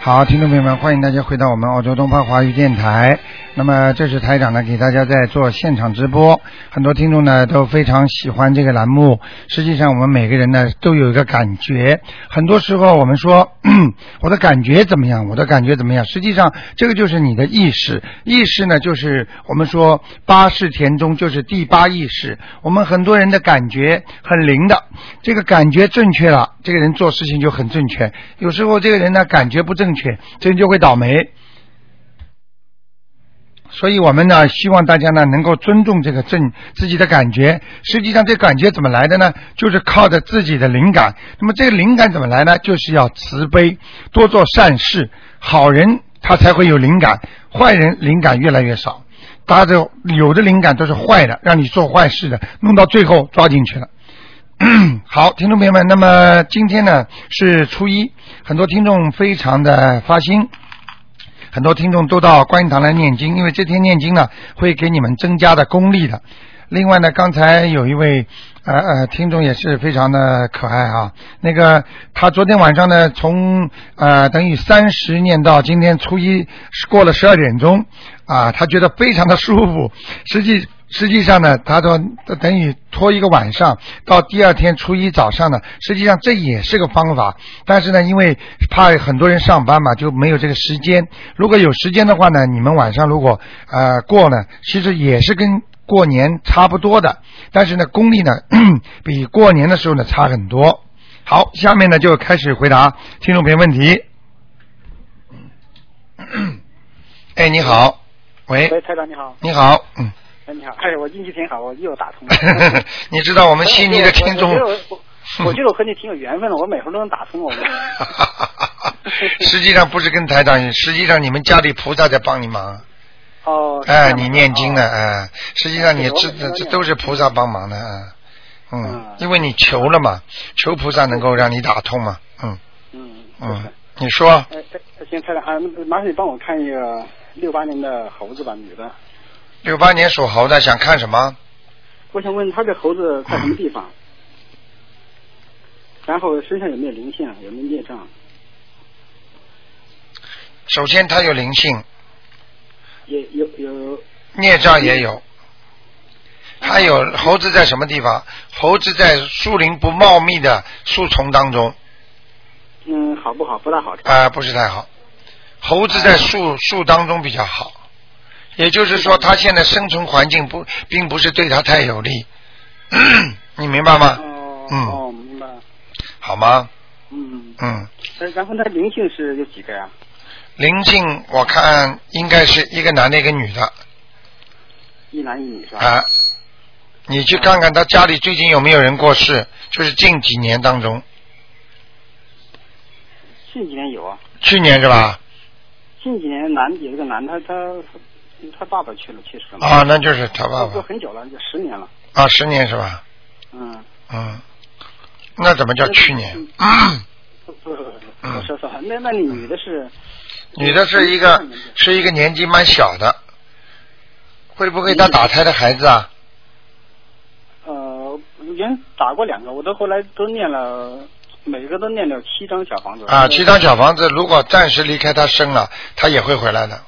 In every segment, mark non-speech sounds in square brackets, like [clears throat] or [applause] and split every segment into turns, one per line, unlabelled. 好，听众朋友们，欢迎大家回到我们澳洲东方华语电台。那么这是台长呢给大家在做现场直播，很多听众呢都非常喜欢这个栏目。实际上我们每个人呢都有一个感觉，很多时候我们说 [coughs] 我的感觉怎么样，我的感觉怎么样，实际上这个就是你的意识，意识呢就是我们说八识田中就是第八意识。我们很多人的感觉很灵的，这个感觉正确了，这个人做事情就很正确。有时候这个人呢感觉不正确，这人就会倒霉。所以我们呢，希望大家呢能够尊重这个正自己的感觉。实际上，这感觉怎么来的呢？就是靠着自己的灵感。那么这个灵感怎么来呢？就是要慈悲，多做善事，好人他才会有灵感，坏人灵感越来越少。大家都有的灵感都是坏的，让你做坏事的，弄到最后抓进去了。 [coughs] 好，听众朋友们，那么今天呢是初一，很多听众非常的发心，很多听众都到观音堂来念经，因为这天念经呢会给你们增加的功力的。另外呢，刚才有一位呃呃听众也是非常的可爱啊，那个他昨天晚上呢从呃等于三十念到今天初一是过了十二点钟啊，他觉得非常的舒服，实际。实际上呢，他说等于拖一个晚上，到第二天初一早上呢，实际上这也是个方法。但是呢，因为怕很多人上班嘛，就没有这个时间。如果有时间的话呢，你们晚上如果呃过呢，其实也是跟过年差不多的。但是呢，功力呢 [clears throat] 比过年的时候呢差很多。好，下面呢就开始回答听众朋友问题。哎，你好，喂，
喂，台长你好，
你好， [laughs] 嗯。
哎你好，哎我运气挺好，我又打通了。
你知 [laughs] 道我们悉尼的听众
哎
嗯
我，我觉得我我我觉得我和你挺有缘分的，我每回都能打通我们。
[laughs] 实际上不是跟台长，实际上你们家里菩萨在帮你忙。
哦，是
[laughs]
这
哎，
样的
你念经呢，
哦
哎，实际上你
对
这
我每天都
这
念
都是菩萨帮忙的，哎嗯
嗯，
因为你求了嘛，求菩萨能够让你打通嘛，嗯
嗯嗯
嗯，，你说
哎哎，行，台长啊，那麻烦你帮我看一个六八年的猴子吧，女的。
六八年属猴的想看什么？
我想问她这猴子在什么地方？然后身上有没有灵性啊？有没有孽障？
首先他有灵性，
也有有
孽障也有，还有猴子在什么地方？猴子在树林不茂密的树丛当中。
嗯，好不好？不大好是吧。
啊、不是太好。猴子在树树当中比较好，也就是说，它现在生存环境不，并不是对它太有利， [clears throat] 你明白吗？
哦
嗯
哦，明白。
好吗？
嗯，
嗯，
哎然后她灵性是有几个呀？
灵性我看应该是一个男的，一个女的啊、啊
一男一
嗯
女是吧？
你去看看他家里最近有没有人过世，就是近几年当中，
近几年有啊，
去年是吧？
近几年男有一个男的，他他他爸爸去了，去世了嘛。
啊，那就是他爸
差不多
爸
很久了，就十年了。
啊，十年是吧？
嗯，
嗯，那怎么叫去年？
不不不，不我说错了。那那女的是
[clears throat] 嗯女的是一
嗯
个是一个年纪蛮小的，会不会
嗯
她打胎的孩子啊？
呃，原打过两个，我都后来都念了，每个都念了七张小房子。
啊，七张小房子如果暂时离开她生了，她也会回来的，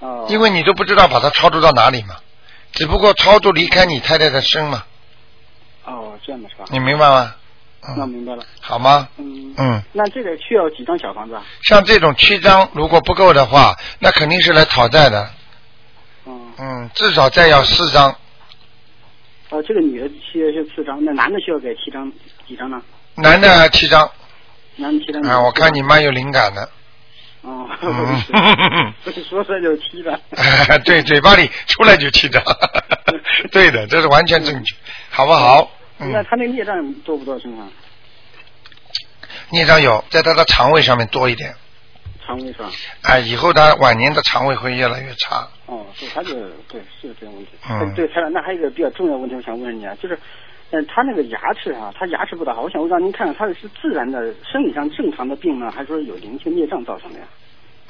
哦，
因为你都不知道把她超度到哪里嘛，只不过超度离开你太太的身嘛，
哦这样的是吧？
你明白吗？
那
嗯，
明白了。
好吗？
嗯，
嗯，
那这个需要几张小房子啊？
像这种七张如果不够的话，那肯定是来讨债的，
嗯，
嗯，至少再要四张。
哦，这个女的需要是四张，那男的需要给七张几张呢？
男的七张，
男的七张。
啊，我看你。蛮有灵感的，
哦， [laughs] 是 [laughs]
嗯，
不是说说就七了。
[laughs] 对，嘴巴里出来就
[laughs]
气的，对的，这是完全正确，好不好？
那
嗯，
他那个孽障多不多身上？
孽障有，在他的肠胃上面多一点，
肠胃是吧？
哎，以后他晚年的肠胃会越来越差。
哦，对，他就对是有这个问题。
嗯
对，台长，那还有一个比较重要的问题，我想问你啊，就是，嗯，他那个牙齿啊，他牙齿不大好，我想让您看看，他是自然的生理上正常的病呢，还是说有灵性孽障造成的呀？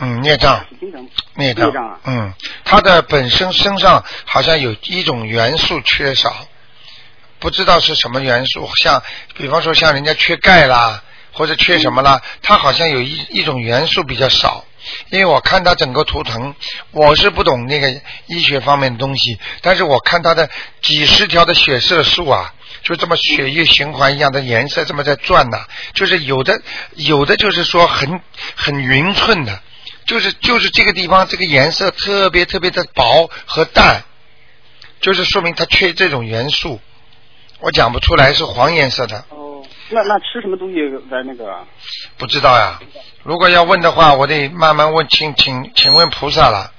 嗯，孽障，
是经常
孽障，
孽障啊
嗯，他的本身身上好像有一种元素缺少，不知道是什么元素，像比方说像人家缺钙啦，或者缺什么了，它好像有一一种元素比较少。因为我看他整个图腾，我是不懂那个医学方面的东西，但是我看他的几十条的血色素啊，就这么血液循环一样的颜色这么在转呐、就是有的有的就是说很很匀称的，就是就是这个地方这个颜色特别特别的薄和淡，就是说明它缺这种元素。我讲不出来是黄颜色的，
哦，那那吃什么东西来那个啊？
不知道呀。如果要问的话，我得慢慢问，请请请问菩萨了。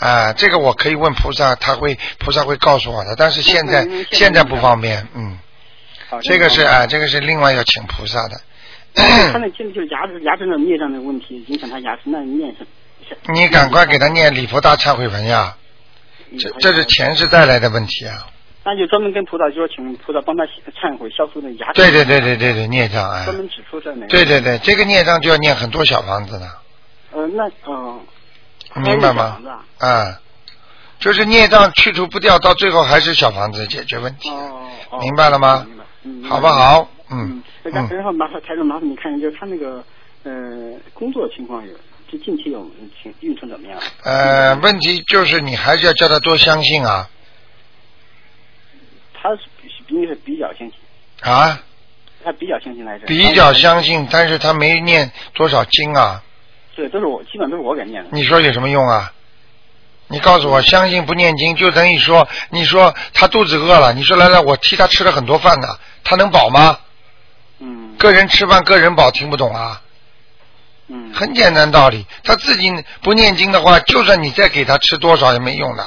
啊，这个我可以问菩萨，他会菩萨会告诉我的。但是现在
嗯嗯嗯
现在不方便，嗯，
好
这个是哎
那
啊，这个是另外要请菩萨的。
他那现在就是牙齿牙齿那孽障的问题，影响他牙齿，那念什么？
[coughs] 你赶快给他念礼佛大忏悔文呀，
嗯
这这是。前世带来的问题啊。
那就专门跟菩萨就说，请菩萨帮他忏悔，消除那牙齿。
对对对对对对，孽障啊
专，门指出这哪个？
对对对，这个孽障就要念很多小房子呢，
呃，那嗯，
明白
还
吗
是小房子？啊
啊，就是孽障去除不掉，到最后还是小房子解决问题。
哦哦，
明白了吗
明白，嗯
好不？好？嗯
明白
嗯
然，然后麻烦台长麻烦你看一下，就是他那个呃工作情况有，就近期有情运程怎么样？嗯
呃，问题就是你还是要叫他多相信啊
他是比应该是比较相信，
啊，
他比较相信来着。
比较相信，但是他没念多少经啊，
对，都是我基本都是我给念的。
你说有什么用啊？你告诉我，相信不念经就等于说，你说他肚子饿了，你说来来，我替他吃了很多饭呢，他能饱吗？
嗯
个人吃饭个人饱，听不懂啊？
嗯，
很简单道理，他自己不念经的话，就算你再给他吃多少也没用的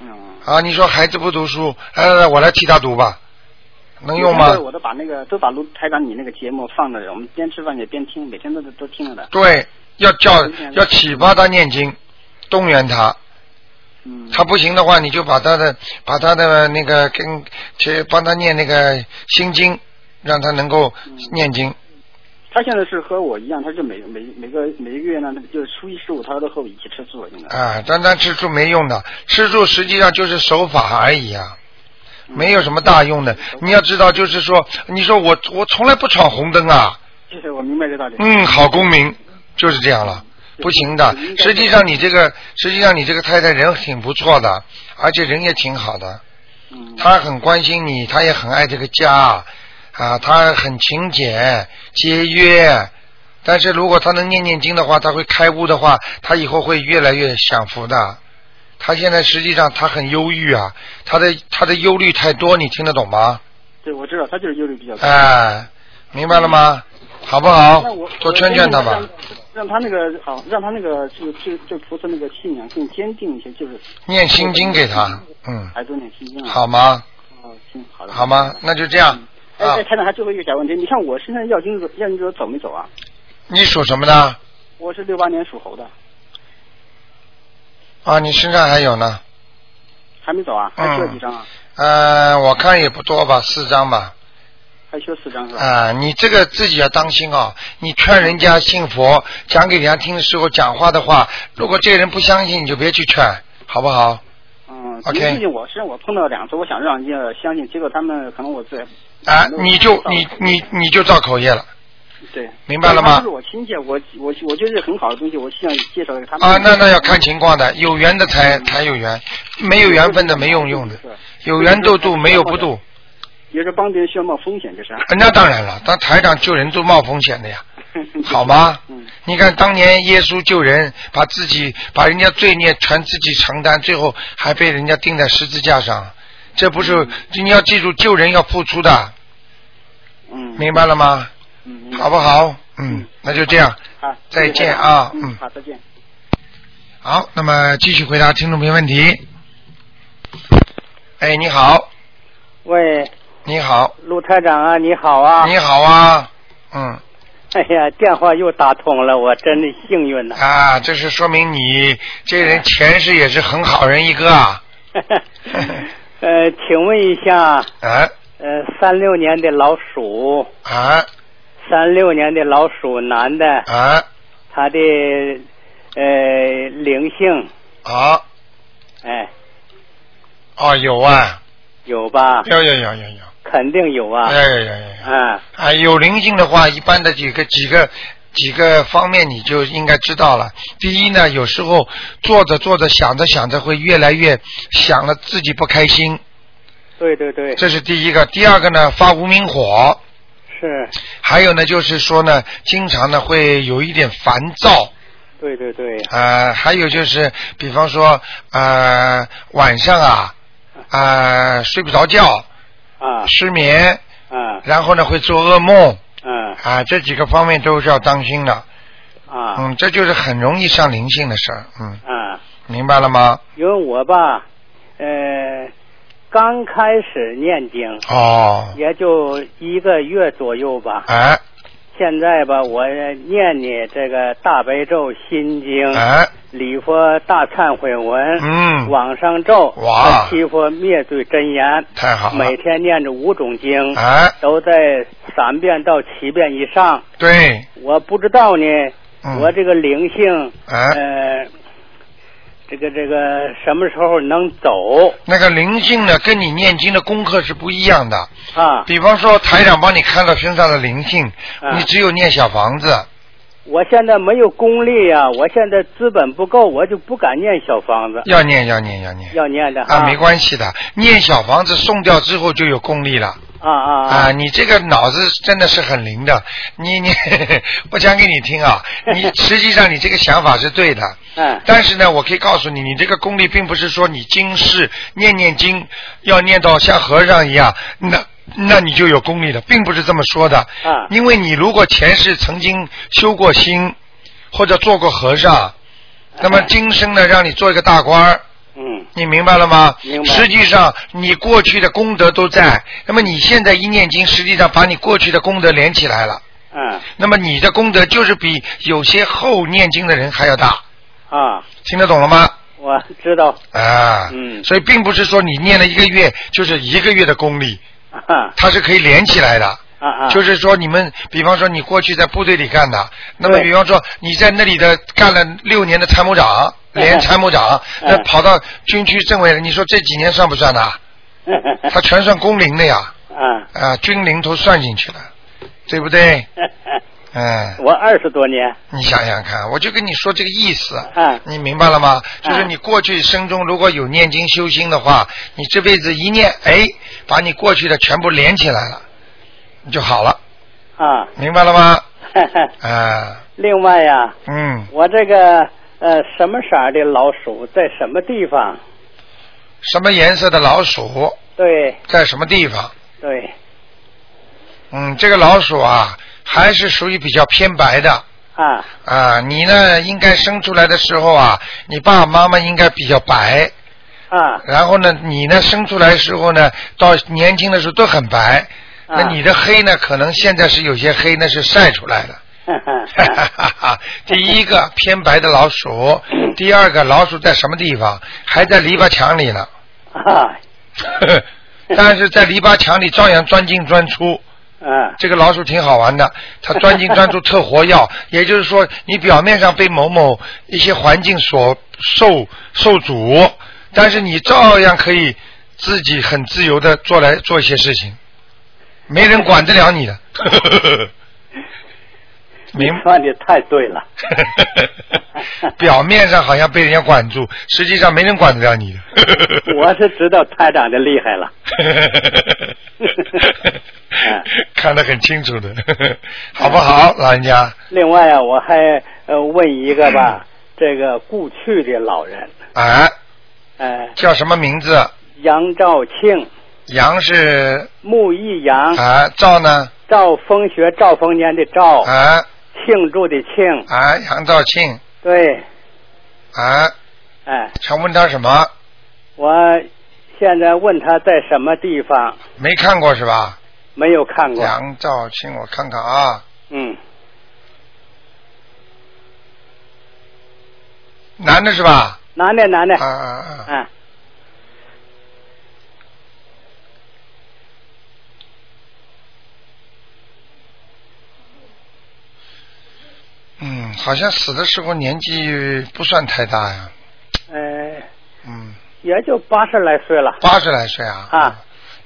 嗯
啊！你说孩子不读书，来来来，我来替他读吧，能用吗？
我都把那个都把卢台长你那个节目放着，我们边吃饭也边听，每天都都听着的。
对，要叫
明白了
要启发他念经，动员他。
嗯，
他不行的话，你就把他的把他的那个跟去帮他念那个心经，让他能够
嗯
念经。
他现在是和我一样，他就每每每个每一个月呢，就是初一十五他都和我一起吃素，现在。
啊，单单吃素没用的，吃素实际上就是守法而已啊，
嗯
没有什么大用的。你要知道，就是说，你说我我从来不闯红灯啊，
就是我明白这道理。
嗯，好公民就是这样了，不行的。实际上你这个，实际上你这个太太人挺不错的，而且人也挺好的，
嗯，
她很关心你，她也很爱这个家，啊，她很勤俭节约。但是如果她能念念经的话，她会开悟的话，她以后会越来越享福的。她现在实际上她很忧郁啊，她的她的忧虑太多，你听得懂吗？
对，我知道他就是忧虑比较高。
哎，明白了吗？好不呃好
那我？
多劝劝她吧。
我建议让让他那个好，让他那个就就就菩萨那个信仰更坚定一些，就是
念心经给他，嗯，
还多念心经啊。
好吗？
哦，行，好的，
好吗？那就这样
嗯
哎？
啊
哎，。台长，还最后一个小问题，你看我身上要经者要经者走没走啊？
你属什么的？
我是六八年属猴的，
啊，你身上还有呢？
还没走啊？
嗯
还需要几张啊？
呃，我看也不多吧，四张吧。
还需要四
嗯
张是吧？
啊，你这个自己要当心啊！你劝人家信佛，讲给人家听的时候讲话的话，如果这个人不相信，你就别去劝，好不好？
嗯，
OK
最近我是我碰到两次，我想让人家相信，结果他们可能我自己
啊，你就你你你就造口业了。
对，
明白了吗
他们是我亲戚，我我我觉得是很好的东西，我希望介绍给
嗯
他们。嗯
啊，那那要看情况的，有缘的才才有缘，没有缘分的没用用的，
是
有缘就度，没有不度。
也是帮别人需要冒风险，这是。
啊那当然了，当台长救人都冒风险的呀， [laughs] 好吗？
嗯，
你看当年耶稣救人，把自己把人家罪孽全自己承担，最后还被人家钉在十字架上，这不是你要记住救人要付出的，
嗯，
明白了吗？
嗯，
好不好？嗯，那就这样。
好，
再见啊
谢谢
嗯
好，再见。
好，那么继续回答听众朋友问题。哎，你好，
喂，
你好，
卢台长啊，你好啊！
你好啊，嗯。
哎呀，电话又打通了，我真的幸运
[laughs]
呐、
啊，这是说明你这人前世也是很好人一个啊！
呃，请问一下，
啊
呃，三六年的老鼠，
啊
三六年的老鼠男的，
啊
他的呃灵性，
啊！
哎，
哦，有啊，
有吧？
有有有有有，
肯定有啊。
哎呀呀呀！
嗯，
啊，有灵性的话，一般的几个几个几个方面你就应该知道了。第一呢，有时候做着做着想着想着会越来越想了自己不开心，
对对对，
这是第一个。第二个呢，发无名火，
是，
还有呢就是说呢，经常呢会有一点烦躁。
对对对，
呃，还有就是，比方说，呃，晚上啊，呃，睡不着觉，
啊
失眠，
啊
然后呢会做噩梦，
嗯
啊、这几个方面都是要当心的。
啊
嗯，这就是很容易上灵性的事儿。嗯，
啊，
明白了吗？
因为我吧，呃，刚开始念经
哦，
也就一个月左右吧，
哎
现在吧，我念你这个大悲咒、心经、
哎，
礼佛大忏悔文、
嗯，
往上咒、
哇啊
七佛灭罪真言，
太好了
每。天念着五种经，
哎，
都在三遍到七遍以上。
对，
我不知道呢，
嗯，
我这个灵性，
哎，
呃，这个这个什么时候能走
那个灵性呢，跟你念经的功课是不一样的。
啊？
比方说，台长帮你看到身上的灵性，
啊
你只有念小房子。
我现在没有功力啊，我现在资本不够，我就不敢念小房子，
要念，要念，要念。
要念的
啊，没关系的，念小房子送掉之后就有功力了
啊啊
啊！你这个脑子真的是很灵的，你 [laughs] 你，我讲给你听啊，
[laughs]
你实际上你这个想法是对的，
嗯
但是呢，我可以告诉你，你这个功力并不是说你经世念念经要念到像和尚一样，那那你就有功力了，并不是这么说的。
啊
因为你如果前世曾经修过心，或者做过和尚，那么今生呢，让你做一个大官儿。
啊嗯
你明白了吗？
明白
实际上，你过去的功德都在，那么你现在一念经，实际上把你过去的功德连起来了。
嗯
那么你的功德就是比有些后念经的人还要大，
啊，
听得懂了吗？
我知道，
啊，
嗯
所以并不是说你念了一个月就是一个月的功力，
啊
它是可以连起来的。
啊啊，
就是说，你们比方说你过去在部队里干的，那么
对
比方说你在那里的干了六年的参谋长，
嗯
连参谋长，
嗯
那跑到军区政委了，你说这几年算不算啊呢？
[laughs]
他全算工龄的呀，
啊，
啊，军龄都算进去了，对不对？嗯，
我二十多年
你想想看，我就跟你说这个意思。
啊
你明白了吗？就是
嗯
你过去生中如果有念经修心的话，你这辈子一念，哎，把你过去的全部连起来了，你就好了，
啊， [laughs]
明白了吗？啊，
另外呀，
嗯，
我这个呃什么色儿的老鼠在什么地方？
什么颜色的老鼠
对
在什么地方？
对
嗯，这个老鼠啊，还是属于比较偏白的
啊
啊。你呢，应该生出来的时候啊，你爸爸妈妈应该比较白，
啊
然后呢，你呢生出来的时候呢，到年轻的时候都很白，
啊
那
[laughs]
你的黑呢，可能现在是有些黑，那是晒出来的。
啊
哈哈哈哈第一个偏白的老鼠，第二个老鼠在什么地方？还在篱笆墙里呢， [laughs]
啊
但是在篱笆墙里照样钻进钻出。
啊
这个老鼠挺好玩的，它钻进钻出特活跃，也就是说，你表面上被某某一些环境所受受阻，但是你照样可以自己很自由的做来做一些事情，没人管得了你的。
你
明 [laughs]
说的太对了，
表面上好像被人家管住，实际上没人管得了你的。
我是知道台长的厉害了。 [laughs]
看得很清楚的，
嗯
好不好，老人家？
另外啊，我还呃问一
[laughs]
个吧，这个故去的老人，
啊，
呃，
叫什么名字？
杨兆庆，
杨是
木易杨，
啊，赵呢？
兆风学兆丰年的兆，
啊
庆祝的庆，
啊，杨兆庆
对，
啊，
哎，
想问他什么？
我现在问他在什么地方，
没看过是吧？
没有看过，
杨兆庆，我看看啊，
嗯，
男的是吧？
男的男的，
啊啊啊！
哎，
嗯，好像死的时候年纪不算太大呀。
呃，
嗯，
也就八十来岁了，
八十来岁啊。
啊。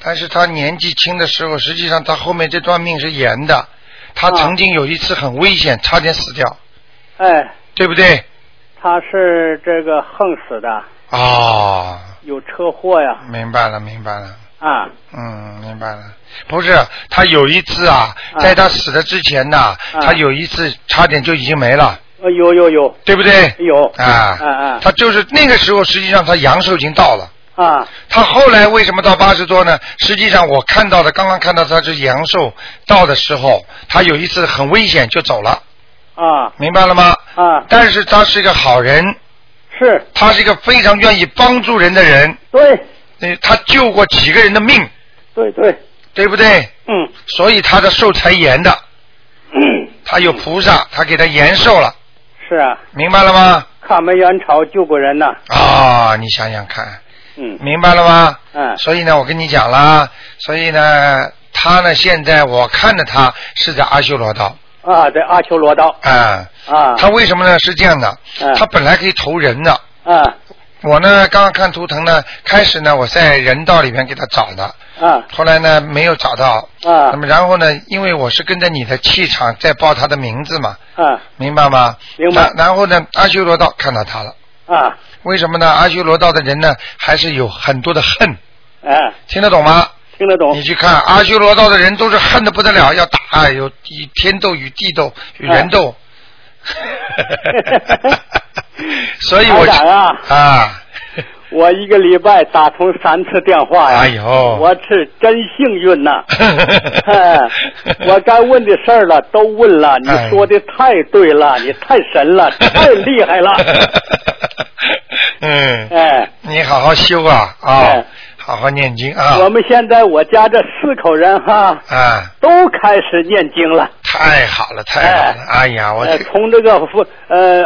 但是他年纪轻的时候，实际上他后面这段命是延的。他
啊
曾经有一次很危险，差点死掉，
哎，
对不对？
他是这个横死的，
哦，
有车祸呀，
明白了，明白了。
啊，
嗯，明白了。不是，他有一次啊，
啊
在他死的之前呐、他有一次差点就已经没了，
呃有有有
对不对？
有，
啊，
啊啊
他就是那个时候，实际上他阳寿已经到了。
啊，
他后来为什么到八十多呢？实际上我看到的，刚刚看到他是阳寿到的时候，他有一次很危险就走了，
啊
明白了吗？
啊，
但是他是一个好人，
是
他是一个非常愿意帮助人的人，
对
呃他救过几个人的命，
对对，
对不对？
嗯， [coughs]
所以他的寿才延的，他有菩萨，他给他延寿了，
是啊，
明白了吗？
抗美援朝救过人呐，
啊、你想想看，
嗯
明白了吗？
嗯
所以呢，我跟你讲啦，所以呢，他呢，现在我看着他是在阿修罗道
啊，这阿修罗道
啊、
啊，
他为什么呢？是这样的，
嗯
他本来可以投人的。
啊
我呢，刚刚看图腾呢，开始呢，我在人道里面给他找的，
啊
后来呢没有找到。那
啊
么然后呢，因为我是跟着你的气场在报他的名字嘛，
啊
明白吗？
明白
然然后呢，阿修罗道看到他了，
啊，
为什么呢？阿修罗道的人呢，还是有很多的恨，
哎，
听得懂吗？
听得懂
你去看阿修罗道的人都是恨得不得了，要打，有以天斗与地斗与人
[laughs]
斗。所以我
台长啊
啊，
我一个礼拜打通三次电话呀，
哎呦
我是真幸运
[laughs]
呐、哎我该问的事儿了都问了，你
哎
说的太对了，你太神了， [laughs] 太厉
[laughs]
害了，
嗯，
哎，
你好好修啊啊、
哎
好好念经啊
我们现在我家这四口人哈，
啊，
都开始念经了，
太好了太好了，哎呀，我
呃
这，
从这个夫呃。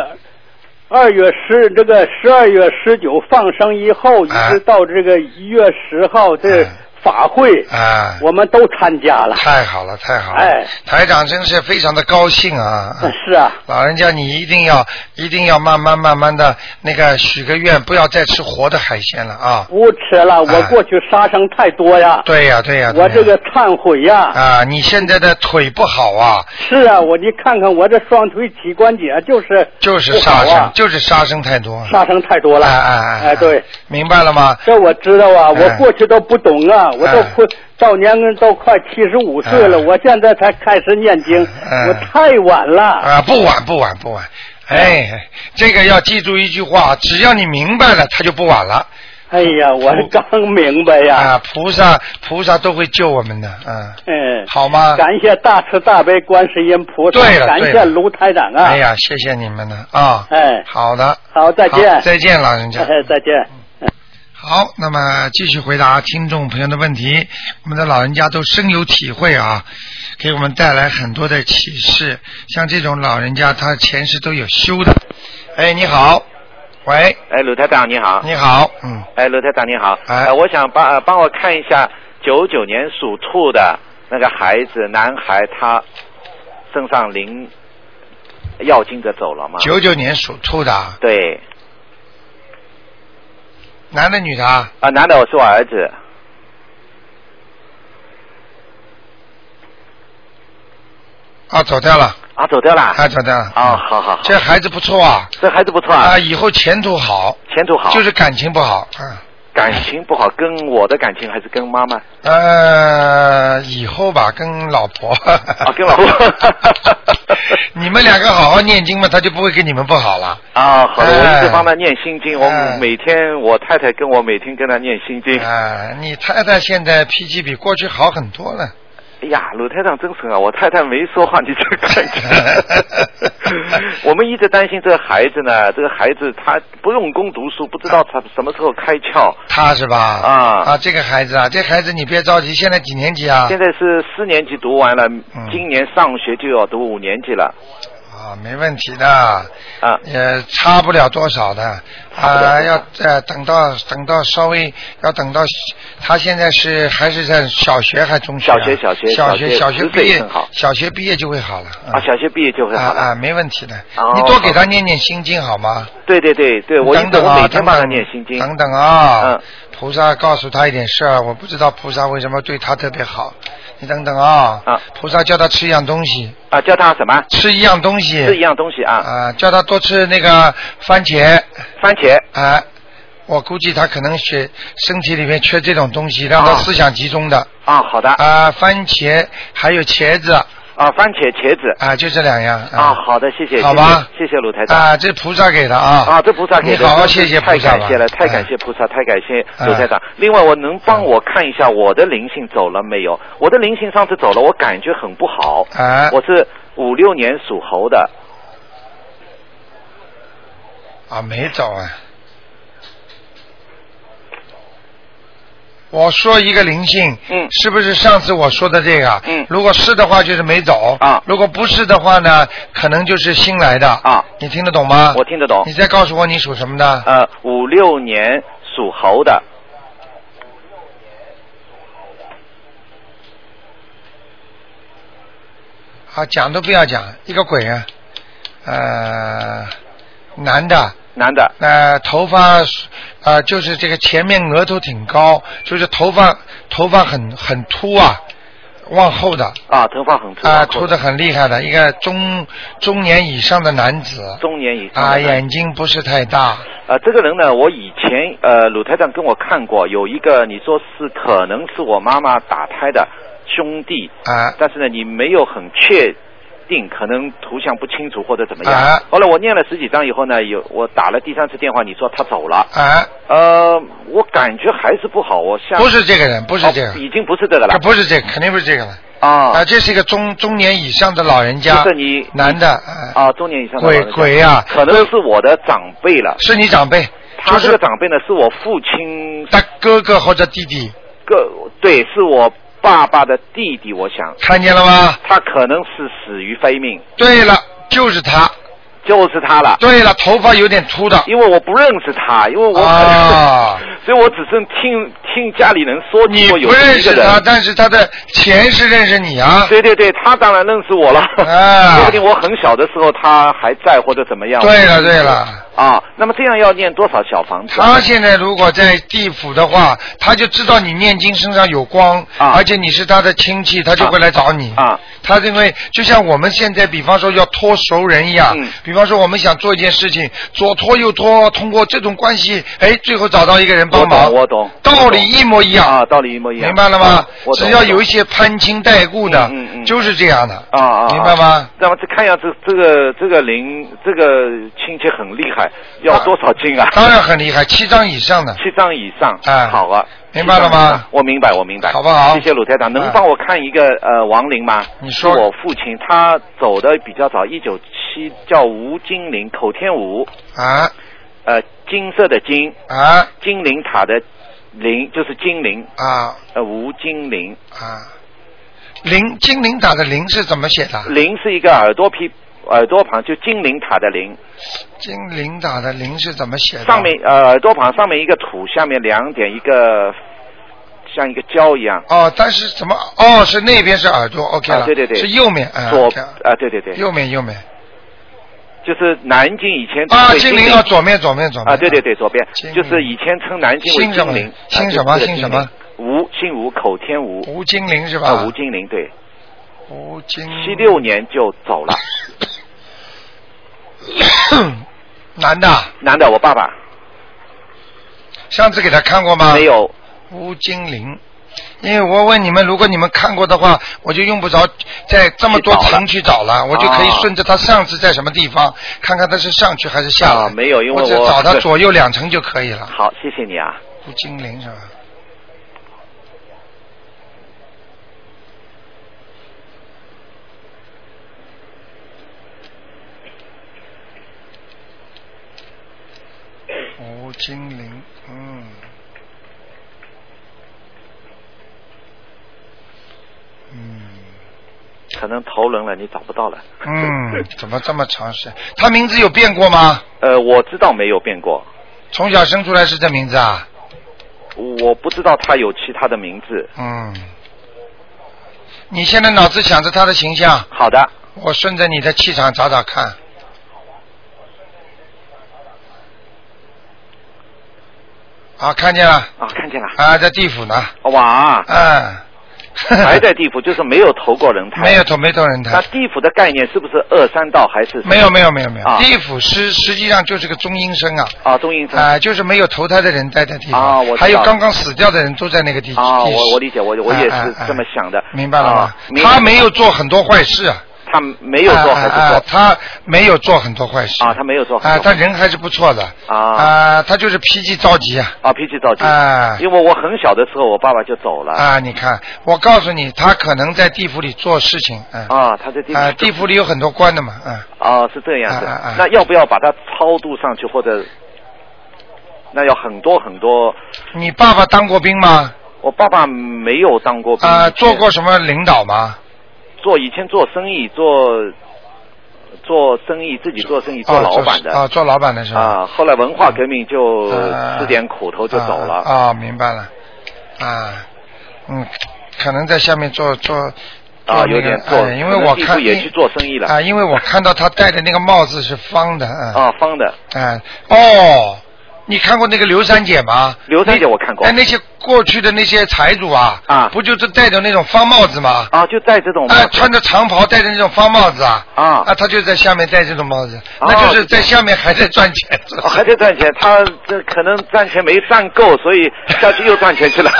二月十，这个十二月十九放生以后，一
哎
直到这个一月十号这
哎
法会，
啊，
我们都参加了。
太好了太好了，
哎
台长真是非常的高兴啊。啊
是啊，
老人家，你一定要一定要慢慢慢慢的那个许个愿，不要再吃活的海鲜了啊！
不吃了，我过去杀生太多呀，
对呀、对呀、对呀
我这个忏悔呀。
啊，你现在的腿不好啊，
是啊，我你看看我这双腿膝关节啊就是
就是
不好
杀生，
啊，
就是杀生太多。
杀生太多了。
哎哎哎！
哎，对，，
明白了吗？
这我知道啊，
哎
我过去都不懂啊，我都快到年龄都快七十五岁了，
哎
我现在才开始念经，
哎
我太晚了。
啊，不晚不晚不晚。
嗯
哎，这个要记住一句话，只要你明白了，他就不晚了
哎呀，我
我
刚明白呀。
啊！菩萨菩萨都会救我们的，嗯，
嗯，
好吗？
感谢大慈大悲观世音菩萨
对了，
感
对
谢
了
卢台长啊。
哎呀，谢谢你们了啊！
哎
好的，
好，再见
好。再见，老人家。
哎，再见。
好，那么继续回答听众朋友的问题。我们的老人家都深有体会啊，给我们带来很多的启示。像这种老人家，他前世都有修的。哎，你好，喂，
哎，鲁台长你好。
你好，嗯，
哎，鲁台长你好。
哎
呃我想帮、呃帮我看一下九九年属兔的那个孩子，男孩，他身上灵要经者走了吗？
九九年属兔的啊，
对，
男的女的啊？
啊、男的我是我儿子，
啊，走掉了，
啊，走掉了。
啊，走掉了。
哦，好好好，
这孩子不错啊，
这孩子不错啊，
啊，以后前途好，
前途好。
就是感情不好，啊，
感情不好，跟我的感情还是跟妈妈？
呃，以后吧，跟老婆。
啊，跟老婆。
[laughs] 你们两个好好念经嘛，他就不会跟你们不好了。
啊，好的，我一
哎
直帮他念心经，
哎
我每天我太太跟我每天跟他念心经。
啊，你太太现在脾气比过去好很多了。
哎呀，鲁台长真神啊！我太太没说话，你这
[laughs]
看看。我们一直担心这个孩子呢，这个孩子他不用功读书，不知道他什么时候开窍。
他是吧？
啊
啊，这个孩子啊，这孩子你别着急，现在几年级啊嗯
现？在是四年级读完了，今年上学就要读五年级了。
啊，没问题的，
啊，
也呃差不了多少的。啊，要呃等到等到稍微要等到他现在是还是在小学还中学啊？
小学小学
小
小学
小学
十岁
毕业
很好，
小学毕业就会好了。嗯
啊，小学毕业就会
啊
好了。
啊，没问题的。
哦
你多给他念念心经好吗？
对对对对，我一
等
直
等
我
啊，
每天
等
帮他
等
念心经。
等等啊，
嗯
菩萨告诉他一点事儿，我不知道菩萨为什么对他特别好。你等等啊，
啊
菩萨叫他吃一样东西，
啊，叫他什么？
吃一样东西，
是一样东西啊，
啊，叫他多吃那个番茄
番茄。
啊。我估计他可能血身体里面缺这种东西，让他
啊
思想集中的
啊，好的。
啊，番茄还有茄子
啊，番茄、茄子。
啊，就这两样
啊，好的，谢谢，
好吧
谢谢谢谢鲁台长。
啊，这菩萨给的啊。
啊，这菩萨给
你
的，
好好谢谢菩
太
萨吧
感谢了，太感。
啊
谢菩萨，太感谢
嗯
鲁台长。另外，我能帮我看一下我的灵性走了没有？我的灵性上次走了，我感觉很不好。
啊
我是五六年属猴的，
啊，没走啊。我说一个灵性，
嗯
是不是上次我说的这个？
嗯
如果是的话，就是没走
啊
如果不是的话呢，可能就是新来的
啊。
你听得懂吗？
我听得懂
你。再告诉我你属什么的？
呃，五六年属猴的，
啊，讲都不要讲，一个鬼啊！呃，男的，
男的，
呃，头发呃，就是这个前面额头挺高，就是头发头发很很秃啊，往后的
啊，头发很粗，
啊、
往后
秃的很厉害的一个中中年以上的男子
中年以上
啊、
的男性
眼睛不是太大
呃，这个人呢，我以前呃，鲁台长跟我看过，有一个你说是可能是我妈妈打胎的兄弟，
啊
但是呢，你没有很确定，可能图像不清楚或者怎么样。
啊
后来我念了十几张以后呢，有我打了第三次电话，你说他走了，
啊，
呃，我感觉还是不好，我下
不是这个人，不
哦不
是这个，
已经不是这个了
啊不是这个，肯定不是这个了
啊
啊、这是一个中中年以上的老人家
就是你，
男的啊、
啊，中年以上的
鬼
老人家
鬼呀、
可能是我的长辈了。
是你长辈，
他
就
这个
是
长辈呢，是我父亲
他哥哥或者弟弟，
个对，是我爸爸的弟弟，我想
看见了吗？
他可能是死于非命，
对了，就是他。
就是他了。
对了，头发有点秃的。
因为我不认识他，因为我、
啊
所以我只是听听家里人说
你
起过有
不
这么
认
一个
识他，
人。
但是他的前世认识你啊。
对对对，他当然认识我了，
啊
[laughs] 说不定我很小的时候他还在或者怎么样。
对了对了，
啊，那么这样要念多少小房子？啊
他现在如果在地府的话，他就知道你念经身上有光，
啊
而且你是他的亲戚，他就会来找你。
啊
他认为就像我们现在，比方说要托熟人一样，
嗯
比方说我们想做一件事情，左拖右拖，通过这种关系，哎，最后找到一个人帮忙。
我懂我懂
道理一模一样。
啊，道理一模一样。
明白了吗
啊？我懂
只要有
我
一些攀亲带故的，
嗯嗯嗯
就是这样的，
啊啊，啊
明白吗？？
那么这看样子，这个这个灵，这个亲戚很厉害，要多少斤啊？
当然很厉害，七张以上的，
七张以上。
哎
好啊，
明白了吗
七张以上？我明白，我明白，
好不好
谢谢鲁台长，能
哎
帮我看一个呃亡灵吗？
你说
是我父亲，他走的比较早，一九七，叫吴金灵，口天吴，
啊
呃，金色的金，
啊
金灵塔的灵，就是金灵，
啊
呃，吴金灵，
啊！零精灵打的零是怎么写的？
灵是一个耳朵皮。耳朵旁就金灵塔的灵，
精灵打的零是怎么写的？
上面呃耳朵旁上面一个土，下面两点一个像一个胶一样，
哦，但是怎么哦？是那边是耳朵，OK 了，
啊对对对
是右面，啊
左
OK 了
啊对对对，
右面右面
就是南京以前
啊，
对
精灵啊，左面左面左面
啊对对对左边
金陵
就是以前称南京为
姓什
金
么
陵，？啊
姓什么？姓什么？？
吴姓吴口天吴
吴精灵是吧？嗯
啊吴金陵对，
吴精
七六年就走了，
[coughs] 男的，
男的我爸爸
上次给他看过吗？
没有
吴精灵，因为我问你们，如果你们看过的话，我就用不着在这么多层去找了，我就可以顺着他上次在什么地方，看看他是上去还是下来。
啊没有因为
我只
我
找他左右两层就可以了。
好谢谢你啊
吴精灵是吧？吴精灵，嗯，嗯，
可能投人了，你找不到了。
嗯，怎么这么长时间？他名字有变过吗？
呃，我知道没有变过，
从小生出来是这名字啊？
我不知道他有其他的名字。
嗯。你现在脑子想着他的形象，
好的，
我顺着你的气场找找看。啊，看见了
啊，看见了，
啊，在地府呢，
哇，
嗯，
还在地府，就是没有投过人胎。
[laughs] 没有投没投人
那
胎？
地府的概念是不是二三道还是什么
没有没有没有没有，
啊
地府是实际上就是个中阴身啊，
啊？中阴身
啊、就是没有投胎的人待的地方，
啊我知道
还有刚刚死掉的人都在那个地
啊，
地
我我理解，我我
哎
也是
哎
这么想的。
明白了吗
啊？明白
他没有做很多坏事啊，
他没有做还是
啊啊啊
做
他没有做很多坏事
啊？他没有做还
啊，
是做
他人还是不错的
啊
啊，他就是脾气着急啊
啊，脾气着急。
啊
因为我很小的时候，我爸爸就走了
啊！你看，我告诉你，他可能在地府里做事情啊
啊，他在地
啊，
府
地府里有很多官的嘛啊，
啊是这样子
啊啊啊。
那要不要把它超度上去，或者那要很多很多？
你爸爸当过兵吗？
我爸爸没有当过兵
啊，
以前
做过什么领导吗？
做以前做生意做做生意自己做生意
啊
做老板的
啊，做老板的是吧？
啊，后来文化革命就
啊
吃点苦头就走
啊
了。
啊，明白了啊，嗯，可能在下面做做。做那
啊
个
有点做
哎因为我
可能地
看
府也去做生意了
啊，因为我看到他戴的那个帽子是方的，啊
啊，方的
啊，哦，你看过那个刘三姐吗？
刘三姐我看过
哎，那些过去的那些财主啊，
啊
不就是戴着那种方帽子吗？
啊，就戴这种帽
啊，
子
穿着长袍，戴着那种方帽子啊，
啊
啊，他就在下面戴这种帽子，
哦
那就是在下面还在赚钱，是吧
哦还在赚钱，他这可能赚钱没赚够，所以下去又赚钱
[laughs]
去了。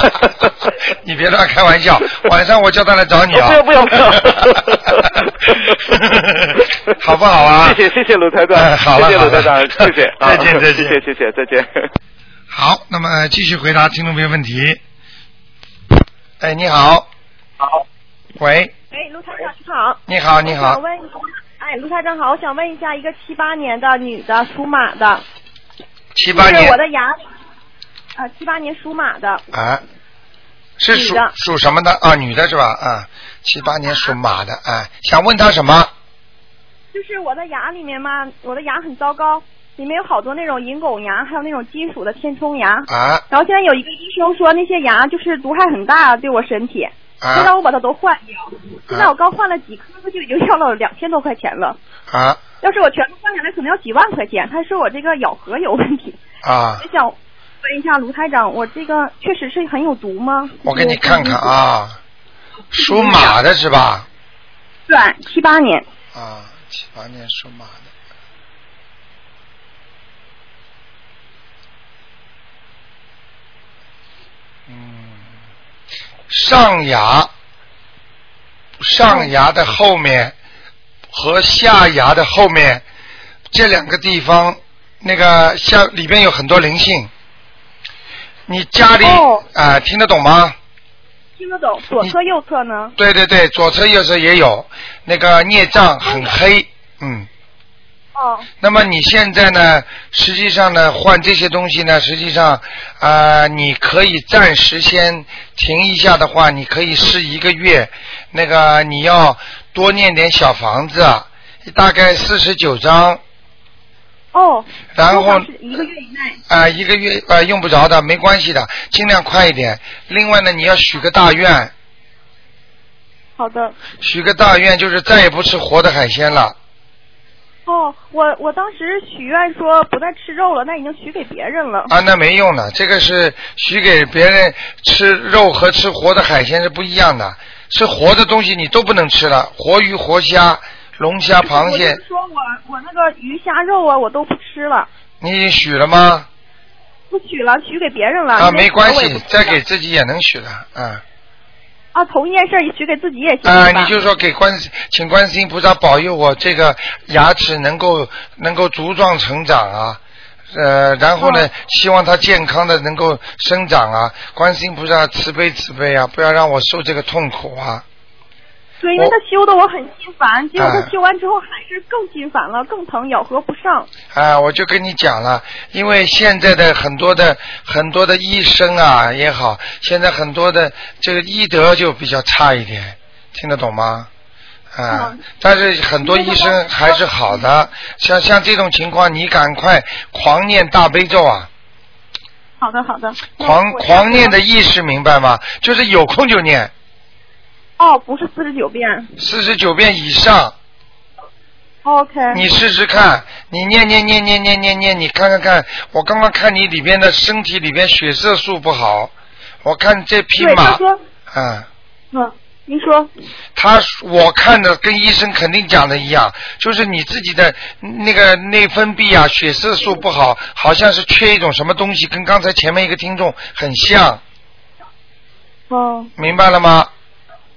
你别乱开玩
[laughs]
笑，晚上我叫他来找你啊！，
不要不要不要
[laughs] 好不好啊？
谢谢谢谢卢台长
哎，好了
谢谢卢台
好
长
了，
谢谢，啊
再见再见
谢谢谢谢，再
[laughs]
见。
好，那么继续回答听众朋友问题。哎，你好，
好，
喂，
哎，卢台长你
你好，
好。
你
我
好
想，问一下，哎，卢台长好，我想问一下，一个七八年的女的，属马的，
七
七
八
是
年
我的牙，呃，七八年属马的，
啊，是属
女的
属什么的啊？女的是吧？啊，七八年属马的啊，想问他什么？
就是我的牙里面嘛，我的牙很糟糕，里面有好多那种银狗牙，还有那种金属的填充牙。
啊
然后现在有一个医生说那些牙就是毒害很大，对我身体，
啊
就让我把它都换掉。现在我刚换了几颗，就已经要了两千多块钱了。
啊
要是我全部换下来，可能要几万块钱。他说我这个咬合有问题，
啊！
我想问一下卢台长，我这个确实是很有毒吗？
我给你看看。
嗯
啊，属马的是吧？
对，七八年。
啊，七八年属马的。嗯，上牙，上牙的后面和下牙的后面这两个地方，那个下里边有很多灵性。你家里啊、
哦
听得懂吗？
听得
嗯
懂，左侧右侧呢？
对对对，左侧右侧也有那个孽障很黑，嗯。
哦，
那么你现在呢？实际上呢，换这些东西呢，实际上，呃，你可以暂时先停一下的话，你可以试一个月。那个你要多念点小房子，大概四十九章，
哦。
然后
多少是一个月以内。
啊、一个月呃用不着的，没关系的，尽量快一点。另外呢，你要许个大愿，
好的。
许个大愿就是再也不吃活的海鲜了。
哦，我我当时许愿说不再吃肉了，那已经许给别人了。
啊，那没用的，这个是许给别人吃肉和吃活的海鲜是不一样的，吃活的东西你都不能吃了，活鱼、活虾、龙虾、螃
我
蟹
就，是说我我那个鱼虾肉啊，我都不吃了，
你已经许了吗？
不许了，许给别人了。
啊，
那
没关
我也不
系
吃，了
再给自己也能许的，啊
啊，同一件事儿许给自己也行。
啊，
是吧
你就说给观世，请观世音菩萨保佑我这个牙齿能够能够茁壮成长啊。呃，然后呢
哦，
希望它健康的能够生长啊！观世音菩萨慈悲慈悲啊，不要让我受这个痛苦啊！
对，因为
我
他修的我很心烦，结果他
哎
修完之后还是更心烦了，更疼，咬合不上。
啊，我就跟你讲了，因为现在的很多的很多的医生啊也好，现在很多的这个医德就比较差一点，听得懂吗？啊、啊
嗯，
但是很多医生还是好的，像像这种情况，你赶快狂念大悲咒啊，
好的，好的。那
狂
嗯我
狂念的意识明白吗？就是有空就念
哦，不是四十九遍。
四十九遍以上，
OK。
你试试看，你念念念念念念念，你看看看，我刚刚看你里边的身体里边血色素不好，我看这匹
对他
马，
说，
嗯。
嗯，您说，
他我看的跟医生肯定讲的一样，就是你自己的那个内分泌啊、血色素不好，好像是缺一种什么东西，跟刚才前面一个听众很像，
哦，
明白了吗？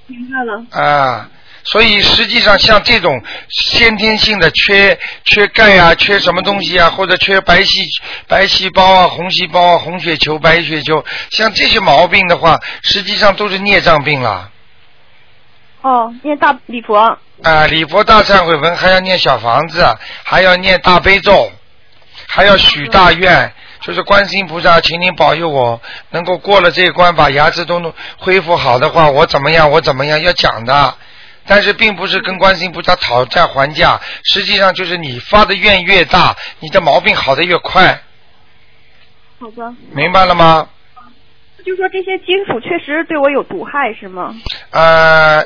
明白了。
啊，所以实际上像这种先天性的缺缺钙啊、缺什么东西啊，或者缺白细白细胞啊、红细胞啊、红血球、白血球，像这些毛病的话，实际上都是孽障病了。
哦，念大礼佛。
啊，礼佛大忏悔文还要念小房子，啊还要念大悲咒，还要许大愿，就是观世音菩萨，请您保佑我能够过了这一关，把牙齿都弄恢复好的话，我怎么样，我怎么样，要讲的。但是并不是跟观世音菩萨讨价还价，实际上就是你发的愿越大，你的毛病好的越快，
好的。
明白了吗？
就说这些金属确实对我有毒害，是吗？
呃，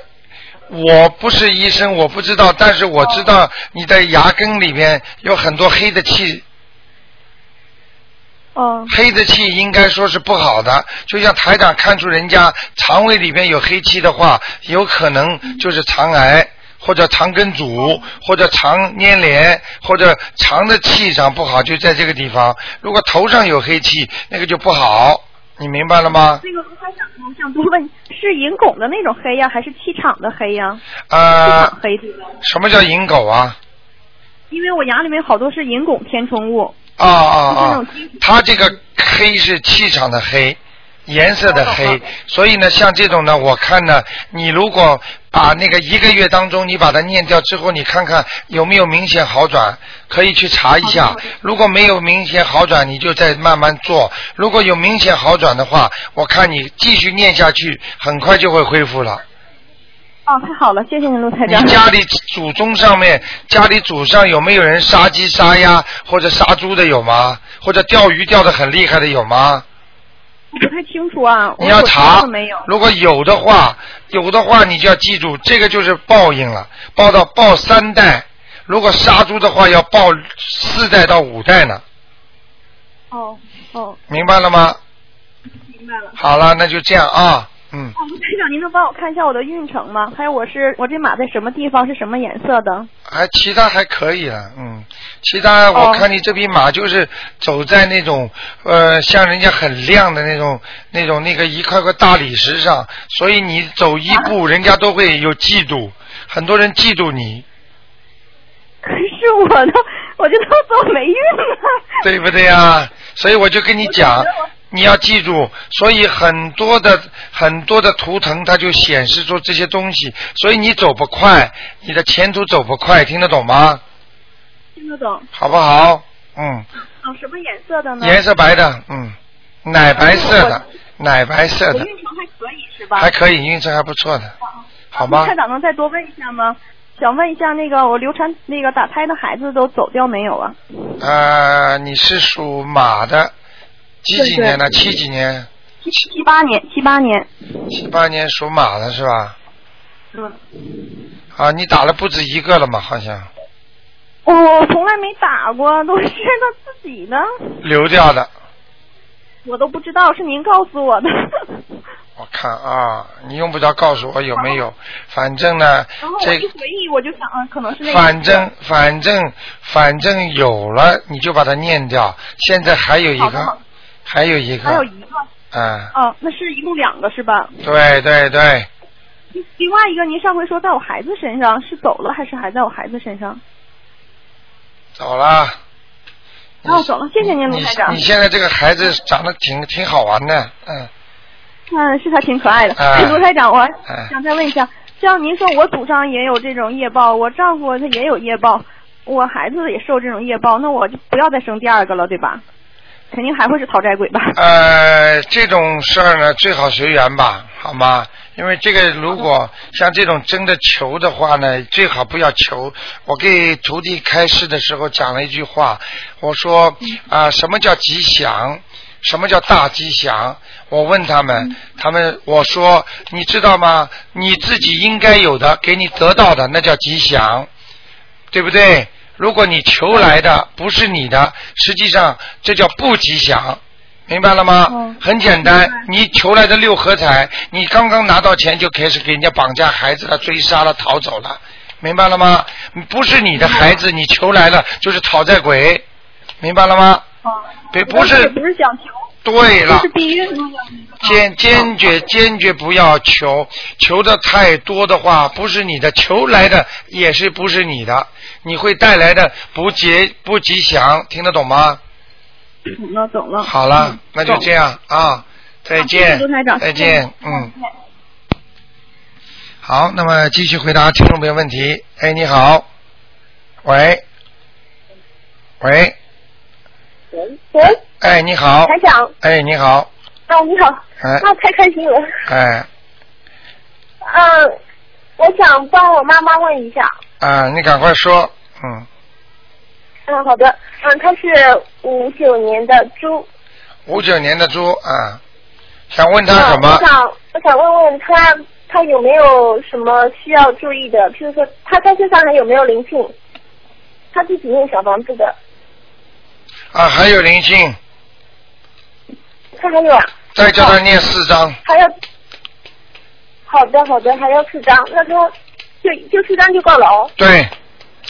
我不是医生，我不知道，但是我知道你的牙根里面有很多黑的气，
哦，
黑的气应该说是不好的，就像台长看出人家肠胃里边有黑气的话，有可能就是肠癌或者肠梗阻或者肠粘连或者肠的气场不好，就在这个地方。如果头上有黑气，那个就不好，你明白了吗？
这个我还想我想多问，是银汞的那种黑呀，还是气场的黑呀？气
呃
场，黑这个，
什么叫引狗啊？
因为我牙里面好多是银汞填充物。
啊啊
就是那
啊
种金属！
它这个黑是气场的黑，颜色的黑，所以呢，像这种呢，我看呢，你如果把那个一个月当中你把它念掉之后，你看看有没有明显好转，可以去查一
好
下
的好的。
如果没有明显好转，你就再慢慢做；如果有明显好转的话，我看你继续念下去，很快就会恢复了。
哦，太好了，谢谢您，陆 [laughs] 台
你
长。
家里祖宗上面，家里祖上有没有人杀鸡、杀鸭或者杀猪的有吗？或者钓鱼钓得很厉害的有吗？
我不太清楚啊，
你要查
我没有。，
如果有的话，有的话你就要记住，这个就是报应了，报到报三代。如果杀猪的话，要报四代到五代呢，
哦哦，
明白了吗？
明白了。
好了，那就这样啊，嗯，
哦，陆台长，您能帮我看一下我的运程吗？还有我是我这马在什么地方，是什么颜色的？
还其他还可以了，嗯，其他我
哦
看你这匹马就是走在那种呃，像人家很亮的那种那种那个一块块大理石上，所以你走一步，人家都会有嫉妒，很多人嫉妒你，
可是我都，我就都走霉运了。
对不对啊？所以我就跟你讲，你要记住，所以很多的很多的图腾它就显示出这些东西，所以你走不快，你的前途走不快，听得懂吗？
听得懂？
好不好？嗯，
哦，什么颜色的呢？
颜色白的，嗯，奶白色的，奶白色
我
的，
运程还可以是吧？哦
还可以，运程还不错的，好吗
台？长能再多问一下吗？想问一下那个我流产那个打胎的孩子都走掉没有啊？
呃，你是属马的，几几年的？七几年？
七七八年，七八年。
七八年属马的是吧？
嗯。
啊，你打了不止一个了嘛，好像
我哦我从来没打过，都是他自己的，
流掉的。
我都不知道是您告诉我
[laughs]
的。
我看啊，你用不着告诉我有没有，反正呢
然哦后，我
这
一回忆，我就想，嗯，可能是那个。
反正反正反正有了，你就把它念掉。现在还有一
好的好
个
的，
还有一
还有
个，
一个，
嗯，
哦，那是一共两个是吧？
对对对，
另外一个，您上回说在我孩子身上是走了还是还在我孩子身上？
走了。
哦，走了，谢谢您，卢
你
台长
你。现在这个孩子长得挺挺好玩的，嗯，
嗯，是他挺可爱的。
哎
卢台长，我
哎
想再问一下，像您说我祖上也有这种业报，我丈夫他也有业报，我孩子也受这种业报，那我就不要再生第二个了，对吧？
啊
肯定还会是讨债鬼吧？
呃，这种事儿呢，最好随缘吧，好吗？因为这个如果像这种真的求的话呢，最好不要求。我给徒弟开示的时候讲了一句话，我说啊、什么叫吉祥？什么叫大吉祥？我问他们，他们我说，你知道吗？你自己应该有的，给你得到的，那叫吉祥。对不对？如果你求来的不是你的，实际上这叫不吉祥，明白了吗
哦？
很简单，你求来的六合彩，你刚刚拿到钱就开始给人家绑架孩子了、追杀了、逃走了，明白了吗？不是你的孩子，你求来了就是讨债鬼，明白了吗？
哦，
对，不
我
是
不，是想求，
对
[laughs]
不
了
是，地狱那样的
坚坚决坚决不要求，求的太多的话，不是你的，求来的也是不是你的，你会带来的不吉不吉祥，听得懂吗？
懂了懂了。
嗯好了，那就这样啊，再见
嗯好谢谢卢台，长
再见，嗯。好，那么继续回答听众朋友问题。哎，你好，喂，喂，
喂，
哎，你好，
台长，
哎，你好，
啊，你好，
哎，
啊，太开心了，
哎，
嗯，我想帮我妈妈问一下，
啊，你赶快说，嗯，
嗯，好的，嗯，她是五九年的猪，
五九年的猪啊，想问他什
嗯，
么
我？想我想问问她，她有没有什么需要注意的？譬如说，她她身上还有没有灵性？她自己用小房子的，
啊，还有灵性，
她还有啊，
再叫他念四张，
还要，好的好的，还要四张，那她就就四张就够了哦。
对，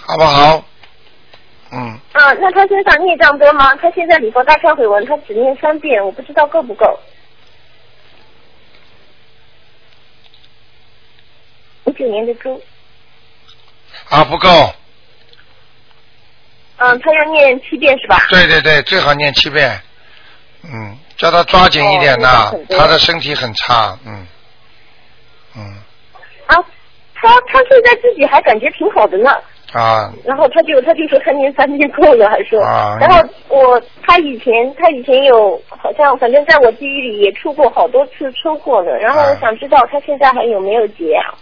好不好？嗯，
啊，那她身上孽障多吗？她现在礼佛大忏悔文，她只念三遍，我不知道够不够。五九年的猪，
啊，不够，
嗯，她要念七遍是吧？ [laughs]
对对对，最好念七遍。嗯，叫他抓紧一点呐、
哦那很多
他的身体很差，嗯，嗯，
啊，她她现在自己还感觉挺好的呢。
啊，
然后她就她就说她念三遍够了，还说。
啊
然后我她以前她以前有好像反正在我记忆里也出过好多次车祸呢。然后我
啊
想知道她现在还有没有结啊？